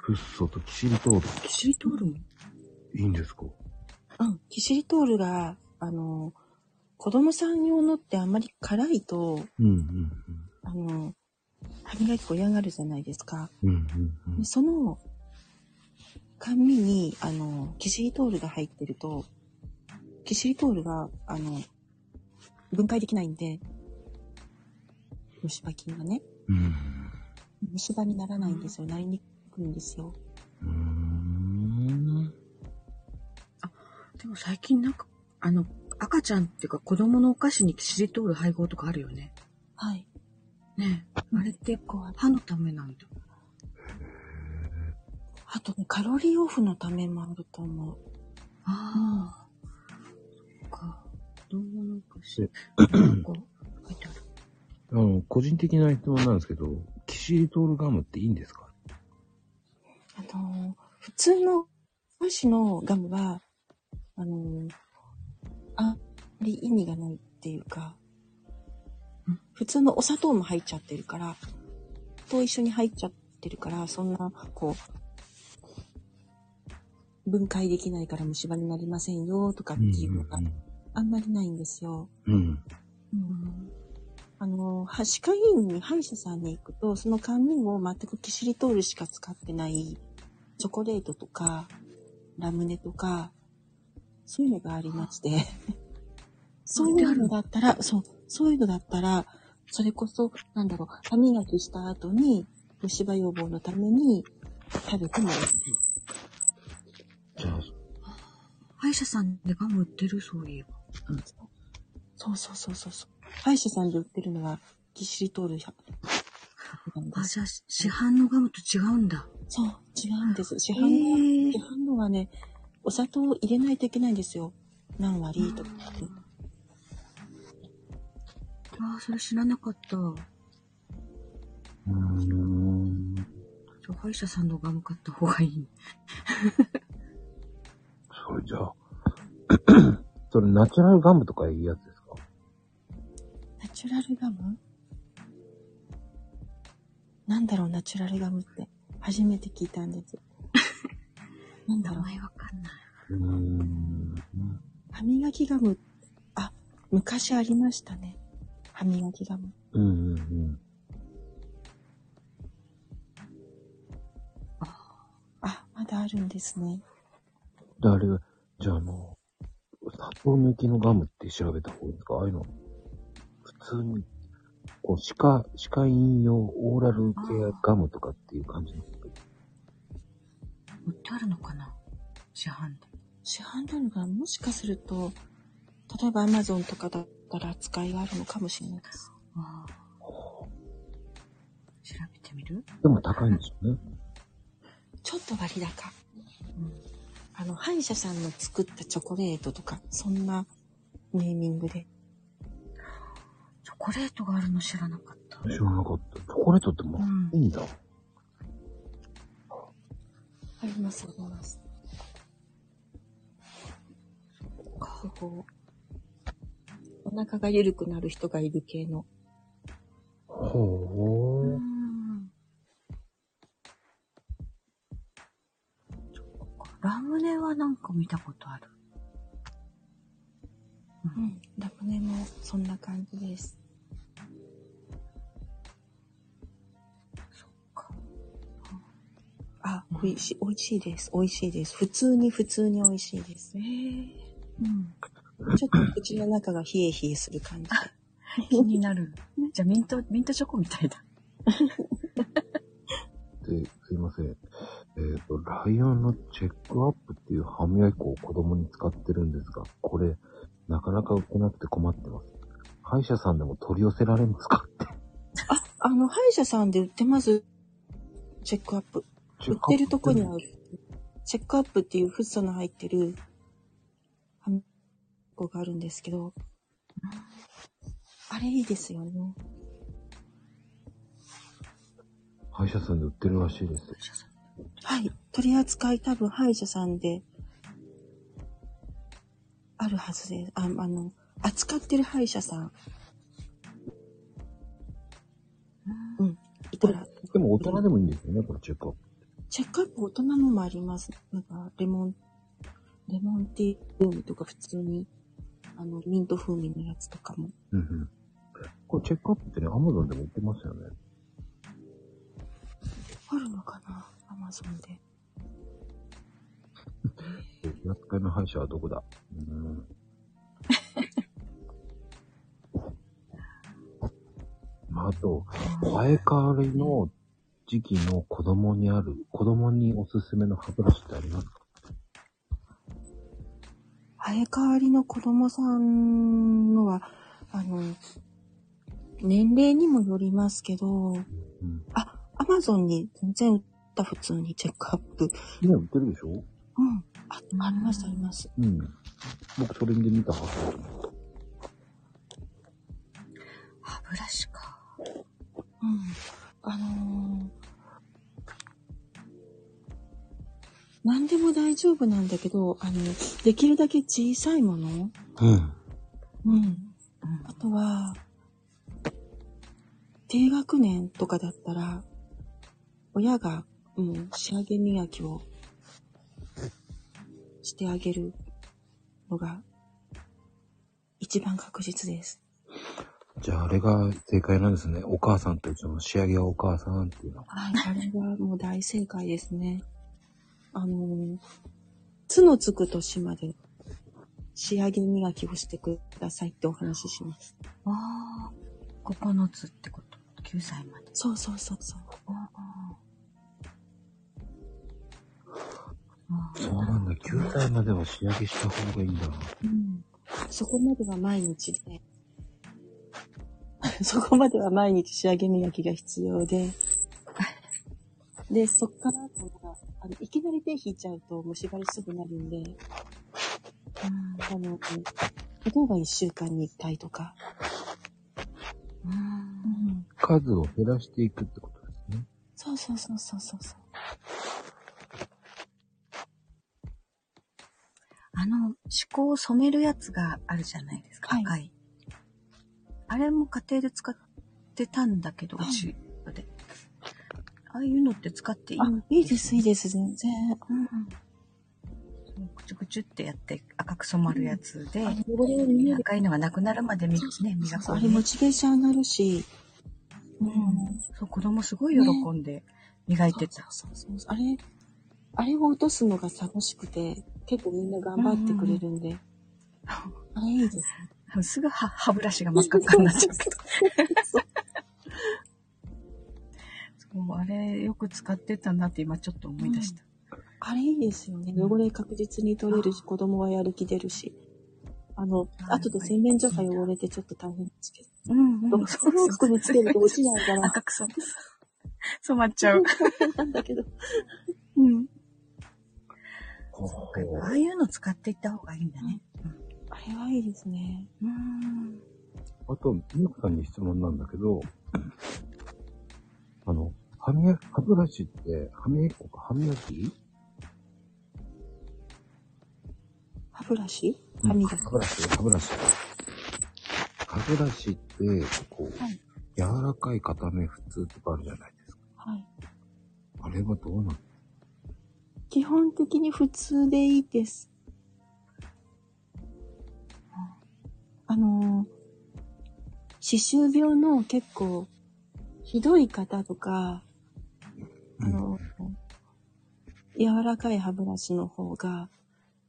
S1: フッ素とキシリトール。
S7: キシリトールも。
S1: いいんですか
S2: うん。キシリトールが、あのー、子供さん用のってあんまり辛いと、
S1: うんうん
S2: あのー、歯磨き粉嫌がるじゃないですか。
S1: うん。うんうんうん
S2: で。その、甘味に、あの、キシリトールが入ってると、キシリトールが、あの、分解できないんで、虫歯菌がね、
S1: うん
S2: 虫歯にならないんですよ。なりにくいんですよ。
S1: うーん。
S7: でも最近なんか、あの、赤ちゃんっていうか子供のお菓子にキシリトール配合とかあるよね。
S2: はい。
S7: ねえ。あれって
S2: こう、
S7: 歯のためなんだ。
S2: あとね、カロリーオフのためもあると思う。
S7: ああ。そっか。どうもなんかし、なんか書いてある。
S1: あの、個人的な質問なんですけど、キシリトールガムっていいんですか
S2: あの、普通のお菓子のガムは、あの、あんまり意味がないっていうか、普通のお砂糖も入っちゃってるから、と一緒に入っちゃってるから、そんな、こう、分解できないから虫歯になりませんよ、とかっていうのがあんまりないんですよ。
S1: うん。
S2: あの、歯歯科医院に、歯医者さんに行くと、その甘味を全くキシリトールしか使ってない、チョコレートとか、ラムネとか、そういうのがありまして、そういうのだったら、そう、そういうのだったら、それこそ、なんだろう、歯磨きした後に、虫歯予防のために食べてもいい。
S1: じゃあ、
S7: 歯医者さんでガム売ってるそういえば。
S2: そうそうそうそうそう。歯医者さんで売ってるのは、キシリトール100なんです
S7: あ、じゃあし市販のガムと違うんだ。
S2: そう、違うんです。市販
S7: へ
S2: の、
S7: ー
S2: 市販のはね、お砂糖を入れないといけないんですよ。何割とかって。
S7: ああ、それ知らなかった。
S1: うん。
S7: じゃあ歯医者さんのガム買った方がいい。
S1: それじゃあ、 それナチュラルガムとかいうやつですか
S2: ナチュラルガムなんだろう、ナチュラルガムって。初めて聞いたん です。なんだ
S7: 名
S2: ろう、
S7: 前わかんない。
S1: うん。
S2: 歯磨きガム。あ、昔ありましたね。歯磨きガム。
S1: うんうんうん。
S2: あ、まだあるんですね。
S1: で、あれは、じゃああの、砂糖抜きのガムって調べた方がいいですかああいうの、普通に、こう、歯科、歯科飲用オーラルケアガムとかっていう感じのこと
S7: 売ってあるのかな市販で。
S2: 市販なのがもしかすると、例えば Amazon とかだったら扱いがあるのかもしれないです。
S7: ああ。調べてみる
S1: でも高いんですよね。
S2: ちょっと割高。あの、歯医者さんの作ったチョコレートとか、そんなネーミングで。
S7: チョコレートがあるの知らなかった。
S1: 知らなかった。チョコレートっても
S7: うん
S1: ういいんだ。
S2: あります、あります。ここう、お腹が緩くなる人がいる系の。
S1: ほう。
S7: うん。そっかラムネはなんか見たことある。
S2: うん。ラムネもそんな感じです。
S7: そっか。
S2: あ、美味しい、美味しいです。美味しいです。普通に、普通に美味しいです。
S7: うん。
S2: ちょっと口の中が冷え冷えする感じ。
S7: 気に なる。じゃあミント、ミントチョコみたいだ。
S1: で、すいません。えっ、と、ライオンのチェックアップっていう歯磨き粉を子供に使ってるんですが、これ、なかなか売ってなくて困ってます。歯医者さんでも取り寄せられますかって。
S2: あの、歯医者さんで売ってますチェックアップ。売ってるとこには売ってる、チェックアップっていうフッ素の入ってる、歯磨き粉があるんですけど、あれいいですよね。
S1: 歯医者さんで売ってるらしいです。
S2: はい。取り扱い多分歯医者さんで、あるはずです。ああの、扱ってる歯医者さん。うん。いたら。
S1: でも大人でもいいんですよね、これチェックアップ。
S2: チェックアップ大人のもあります。なんか、レモン、レモンティー風味とか普通に、あの、ミント風味のやつとかも。
S1: うんうん。これチェックアップってね、アマゾンでも売ってますよね。
S2: あるのかなアマゾンで。
S1: で安回の歯医者はどこだうーん。まあ、あと、生え変わりの時期の子供にある、子供におすすめの歯ブラシってありますか
S2: 生え変わりの子供さんのは、あの、年齢にもよりますけど、
S1: うん。
S2: あ、アマゾンに全然売った普通にチェックアップ。
S1: ね、売ってるでしょ
S2: うん。あ、ありますあります。
S1: うん。僕それで見たはず。
S7: 歯ブラシか。
S2: うん。あのー、何でも大丈夫なんだけど、あの、できるだけ小さいもの
S1: うん。
S2: うん。あとは、低学年とかだったら、親がもう仕上げ磨きをしてあげるのが一番確実です。
S1: じゃあ、あれが正解なんですね。お母さんと一緒の仕上げはお母さんっていうのは。
S2: はい、あれはもう大正解ですね。あの、つのつく年まで仕上げ磨きをしてくださいってお話しします。
S7: ああ、9つってこと。9歳まで。
S2: そうそうそうそう。
S7: ああ。
S1: そうなんだ。9歳までは仕上げした方がいいんだな。
S2: うんそこまでは毎日で、 そこまでは毎日仕上げ磨きが必要で、で、そっからあとは、あの、いきなり手引いちゃうと虫歯にすぐなるんで、あの、例えば1週間に1回とか、
S1: 数を減らしていくってことですね。
S2: そうそうそうそうそうそう。
S7: あの、思考を染めるやつがあるじゃないですか。
S2: はい
S7: 赤い。あれも家庭で使ってたんだけど、
S2: はいう
S7: ちで。ああいうのって使っていい
S2: あ、いいです、いいです、全然。
S7: うんうん。そのぐちゅぐちゅってやって赤く染まるやつで、
S2: 汚れを見える。
S7: 赤いのがなくなるまでみ、ね、磨く
S2: あ
S7: ね
S2: れ、モチベーション上がるし、うん
S7: そう、子供すごい喜んで磨いてた。
S2: そうそうそうあれ、あれを落とすのが楽しくて、結構みんな頑張ってくれるんで。あれいいですね。
S7: すぐ歯歯ブラシが真っ赤っかになっちゃうけど。そう、あれよく使ってたなって今ちょっと思い出した。
S2: あれいいですよね。
S7: うん
S2: 汚れ確実に取れるし、子供はやる気出るし。あの、
S7: はい
S2: 後で洗面所が汚れてちょっと大変ですけ
S7: うん、うん、
S2: ど。それを服につけると落ちないから。
S7: 赤く染ま染まっちゃう。
S2: なんだけど。
S7: うん。
S1: ほうほう
S7: ああいうの使っていった方がいいんだね。
S2: あれはいいですね。
S7: うん。
S1: あと、みゆこさんに質問なんだけど、あの、歯磨き、歯ブラシって、歯磨き粉か、歯磨き
S2: 歯ブラシ歯磨き
S1: 歯ブラシ、歯ブラシ。歯ブラシって、こう、
S2: はい
S1: 柔らかい固め普通とかあるじゃないですか。
S2: はい。
S1: あれはどうなの
S2: 基本的に普通でいいです。あの、歯周病の結構ひどい方とか、あの、柔らかい歯ブラシの方が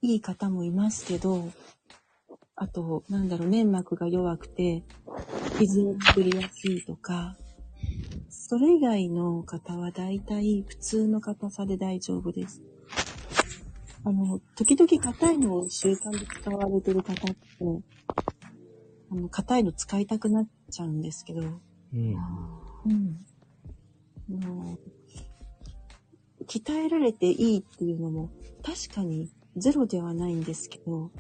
S2: いい方もいますけど、あと、なんだろう、粘膜が弱くて、傷を作りやすいとか、それ以外の方は大体普通の硬さで大丈夫です。あの、時々硬いのを習慣で使われてる方って、あの、硬いの使いたくなっちゃうんですけど、
S1: うん。
S2: うん。あの、鍛えられていいっていうのも、確かにゼロではないんですけど、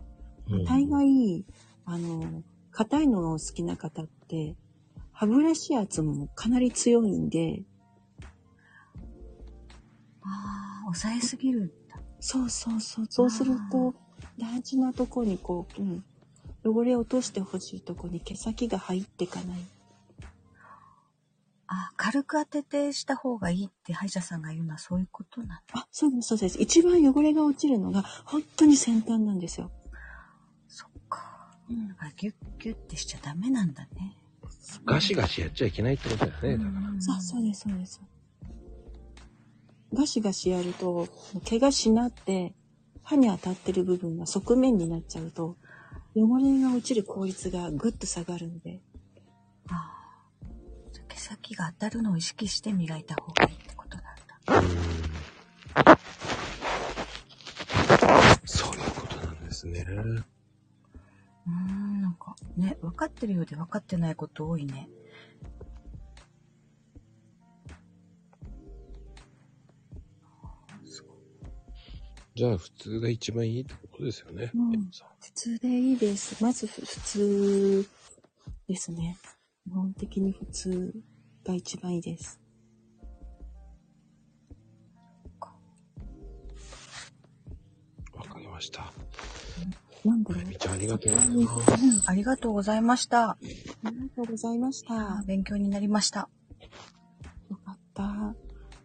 S2: 大概、あの、硬いのがお好きな方って、歯ブラシ圧もかなり強いんで、
S7: ああ、抑えすぎる。
S2: そうそうそう、そうすると、大事なとこにこう、うん、汚れを落としてほしいとこに毛先が入ってかない。
S7: ああ、軽く当ててした方がいいって歯医者さんが言うのはそういうことなんだ。
S2: あ、そうです、そうです。一番汚れが落ちるのが、本当に先端なんですよ。
S7: そっか。だからギュッギュッてしちゃダメなんだね。
S1: ガシガシやっちゃいけないってことだよね、だから。
S2: そう、そうです、そうです。ガシガシやると、毛がしなって、歯に当たってる部分が側面になっちゃうと、汚れが落ちる効率がぐっと下がるんで。
S7: ああ。じゃあ毛先が当たるのを意識して磨いた方がいいってことなんだ。
S1: そういうことなんですね。
S7: うーん、なんかね、分かってるようで分かってないこと多いね。
S1: じゃあ、普通が一番いいってことですよね。
S2: うん
S1: エミさん
S2: 普通でいいです。まずふ普通ですね。基本的に普通が一番いいです。
S1: わかりました。
S2: なんだろ
S1: ゆ
S2: う。
S1: みちゃんありがとうござい
S2: うん
S1: ます。
S7: ありがとうございました。
S2: ありがとうございました。
S7: あ
S2: よ
S7: 勉強になりました。
S2: かった。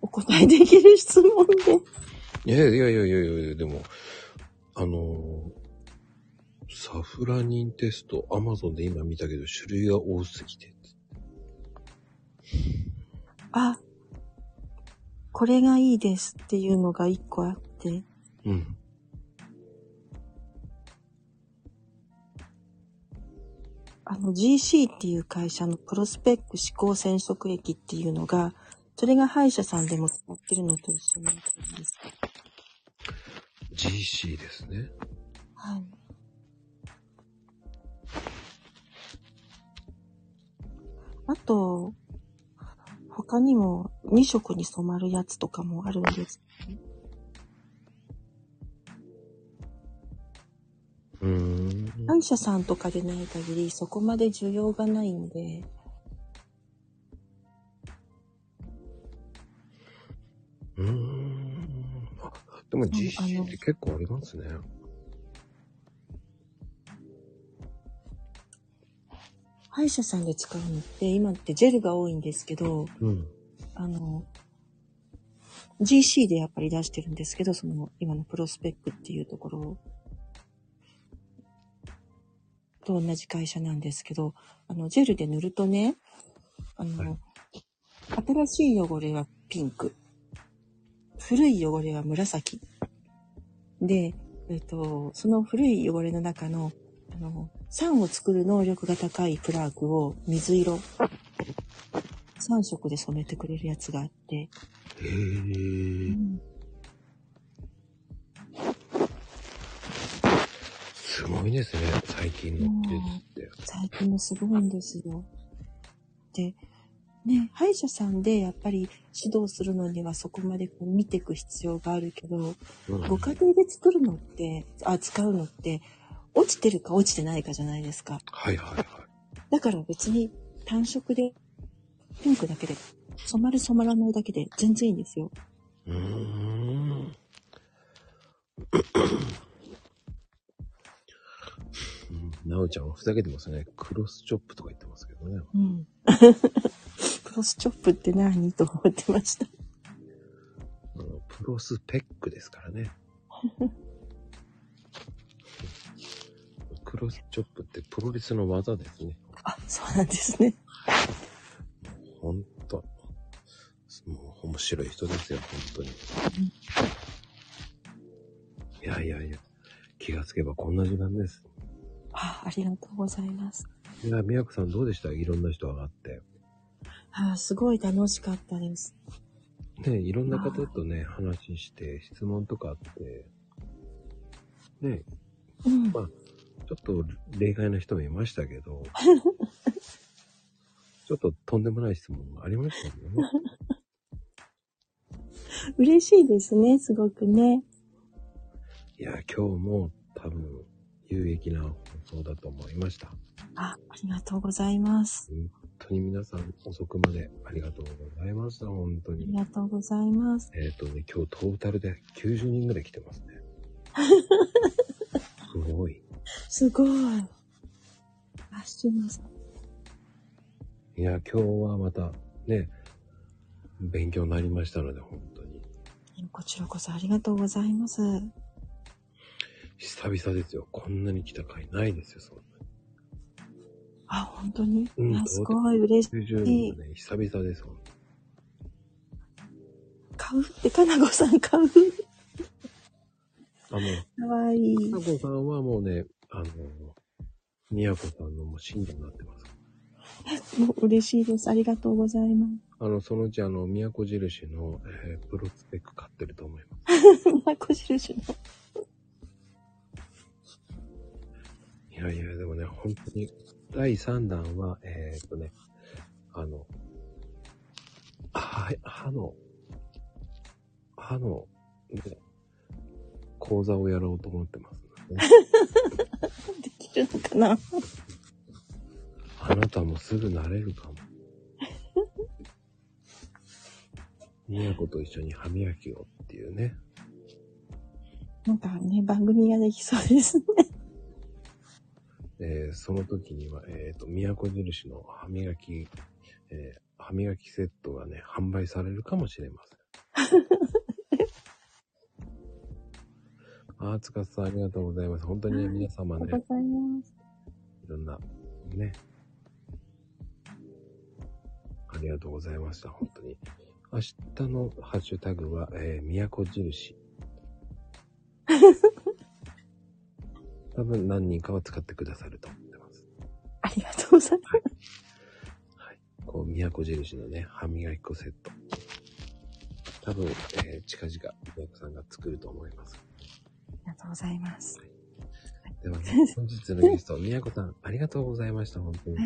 S2: お答えできる質問で。
S1: いやいやいやいやいやいや、でも、あのーサフラニンテスト、アマゾンで今見たけど、種類が多すぎて。
S2: あ、これがいいですっていうのが一個あって、
S1: うん。
S2: あの GC っていう会社のプロスペック指向染色液っていうのが、それが歯医者さんでも使ってるのと一緒なんです。
S1: GC ですね。
S2: はい。あと、他にも2色に染まるやつとかもあるんです。
S1: うーん。
S2: 歯医者さんとかでない限りそこまで需要がないんで、
S1: うーん。あでも GC って結構ありますね。
S2: 歯医者さんで使うのって今ってジェルが多いんですけど、
S1: うん。
S2: あの、GC でやっぱり出してるんですけど、その今のプロスペックっていうところと同じ会社なんですけど、あの、ジェルで塗るとね、あの、新しい汚れはピンク、古い汚れは紫。で、えっと、その古い汚れの中の、あの、酸を作る能力が高いプラークを水色、3色で染めてくれるやつがあって、
S1: へえ。すごいですね、最近の技術って。
S2: 最近のすごいんですよ。で、ね、歯医者さんでやっぱり指導するのにはそこまでこう見ていく必要があるけど、
S1: うん
S2: ご家庭で作るのって、あ、使うのって、落ちてるか落ちてないかじゃないですか。
S1: はいはいはい。
S2: だから別に単色で、ピンクだけで、染まる染まらないだけで全然いいんですよ。
S1: うーんなおちゃんはふざけてますね。クロスチョップとか言ってますけどね。
S2: うん。 クロスチョップって何と思ってました。
S1: あのプロスペックですからね。クロスチョップってプロレスの技ですね。
S2: あ、そうなんですね。
S1: ほんと。もう面白い人ですよ、本当に。いやいやいや、気がつけばこんな時間です。
S2: あありがとうございます。
S1: いや、みやこさんどうでしたいろんな人上がって。
S2: ああすごい楽しかったです。
S1: ね、いろんな方とね、話して、質問とかあって、ね、
S2: うん。
S1: ちょっと例外な人もいましたけど、ちょっととんでもない質問がありましたけどね。
S2: 嬉しいですね、すごくね。
S1: いや、今日も多分有益な放送だと思いました。
S2: あ、ありがとうございます。
S1: 本当に皆さん遅くまでありがとうございました、本当
S2: あ
S1: に
S2: り。がとうございます。
S1: えっ、とね、今日トータルで90人ぐらい来てますね。すごい。
S2: すごい。あ、すいません。
S1: いや、今日はまたね、勉強になりましたので、本当に。
S2: こちらこそありがとうございます。
S1: 久々ですよ。こんなに来た回ないですよ、そんな
S2: あ、本当に、
S1: うん
S2: あすごい嬉しい。
S1: に。90人がね、久々です、本
S2: 買うって、かなごさん買う。
S1: 当に。あ、も、。
S2: かわいいう
S1: かなこさんはもうね、あの、みやこさんのもう信者になってます。
S2: もう嬉しいです。ありがとうございます。
S1: あの、そのうちあの、みやこ印の、えープロスペック買ってると思います。
S2: まこ印の。
S1: いやいや、でもね、本当に、第3弾は、えー、っとね、あの、は、歯の、歯の、ね、講座をやろうと思ってます、ね。
S2: できるのかな
S1: あなたもすぐ慣れるかも。みやこと一緒に歯磨きをっていうね。
S2: なんかね、番組ができそうですね。
S1: えーその時には、えっ、と、都印の歯磨き、えー歯磨きセットがね、販売されるかもしれません。 あー、つかさん、ありがとうございます。本当にね、皆様ね、
S2: ございます。
S1: いろんな、ね。ありがとうございました、本当に。明日のハッシュタグは、えー、都 印。多分何人かは使ってくださると思ってます。
S2: ありがとうございます。
S1: こう、都印のね、歯磨き粉セット。多分、えー、近々、都さんが作ると思います。
S2: ありがとうございます。
S1: では、ね、本日のゲスト、みやこさん、ありがとうございました、本当に。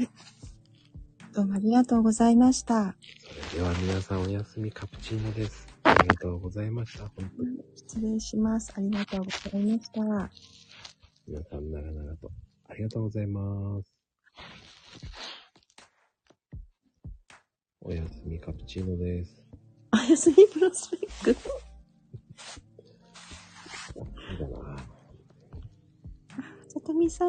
S2: どうもありがとうございました。
S1: それでは皆さんおやすみ、カプチーノです。ありがとうございました、本当に。
S2: 失礼します。ありがとうございました。
S1: 皆さん、長々と、ありがとうございます。おやすみ、カプチーノです。
S2: おやすみプロスペック。
S1: いいかな
S2: さとみさん。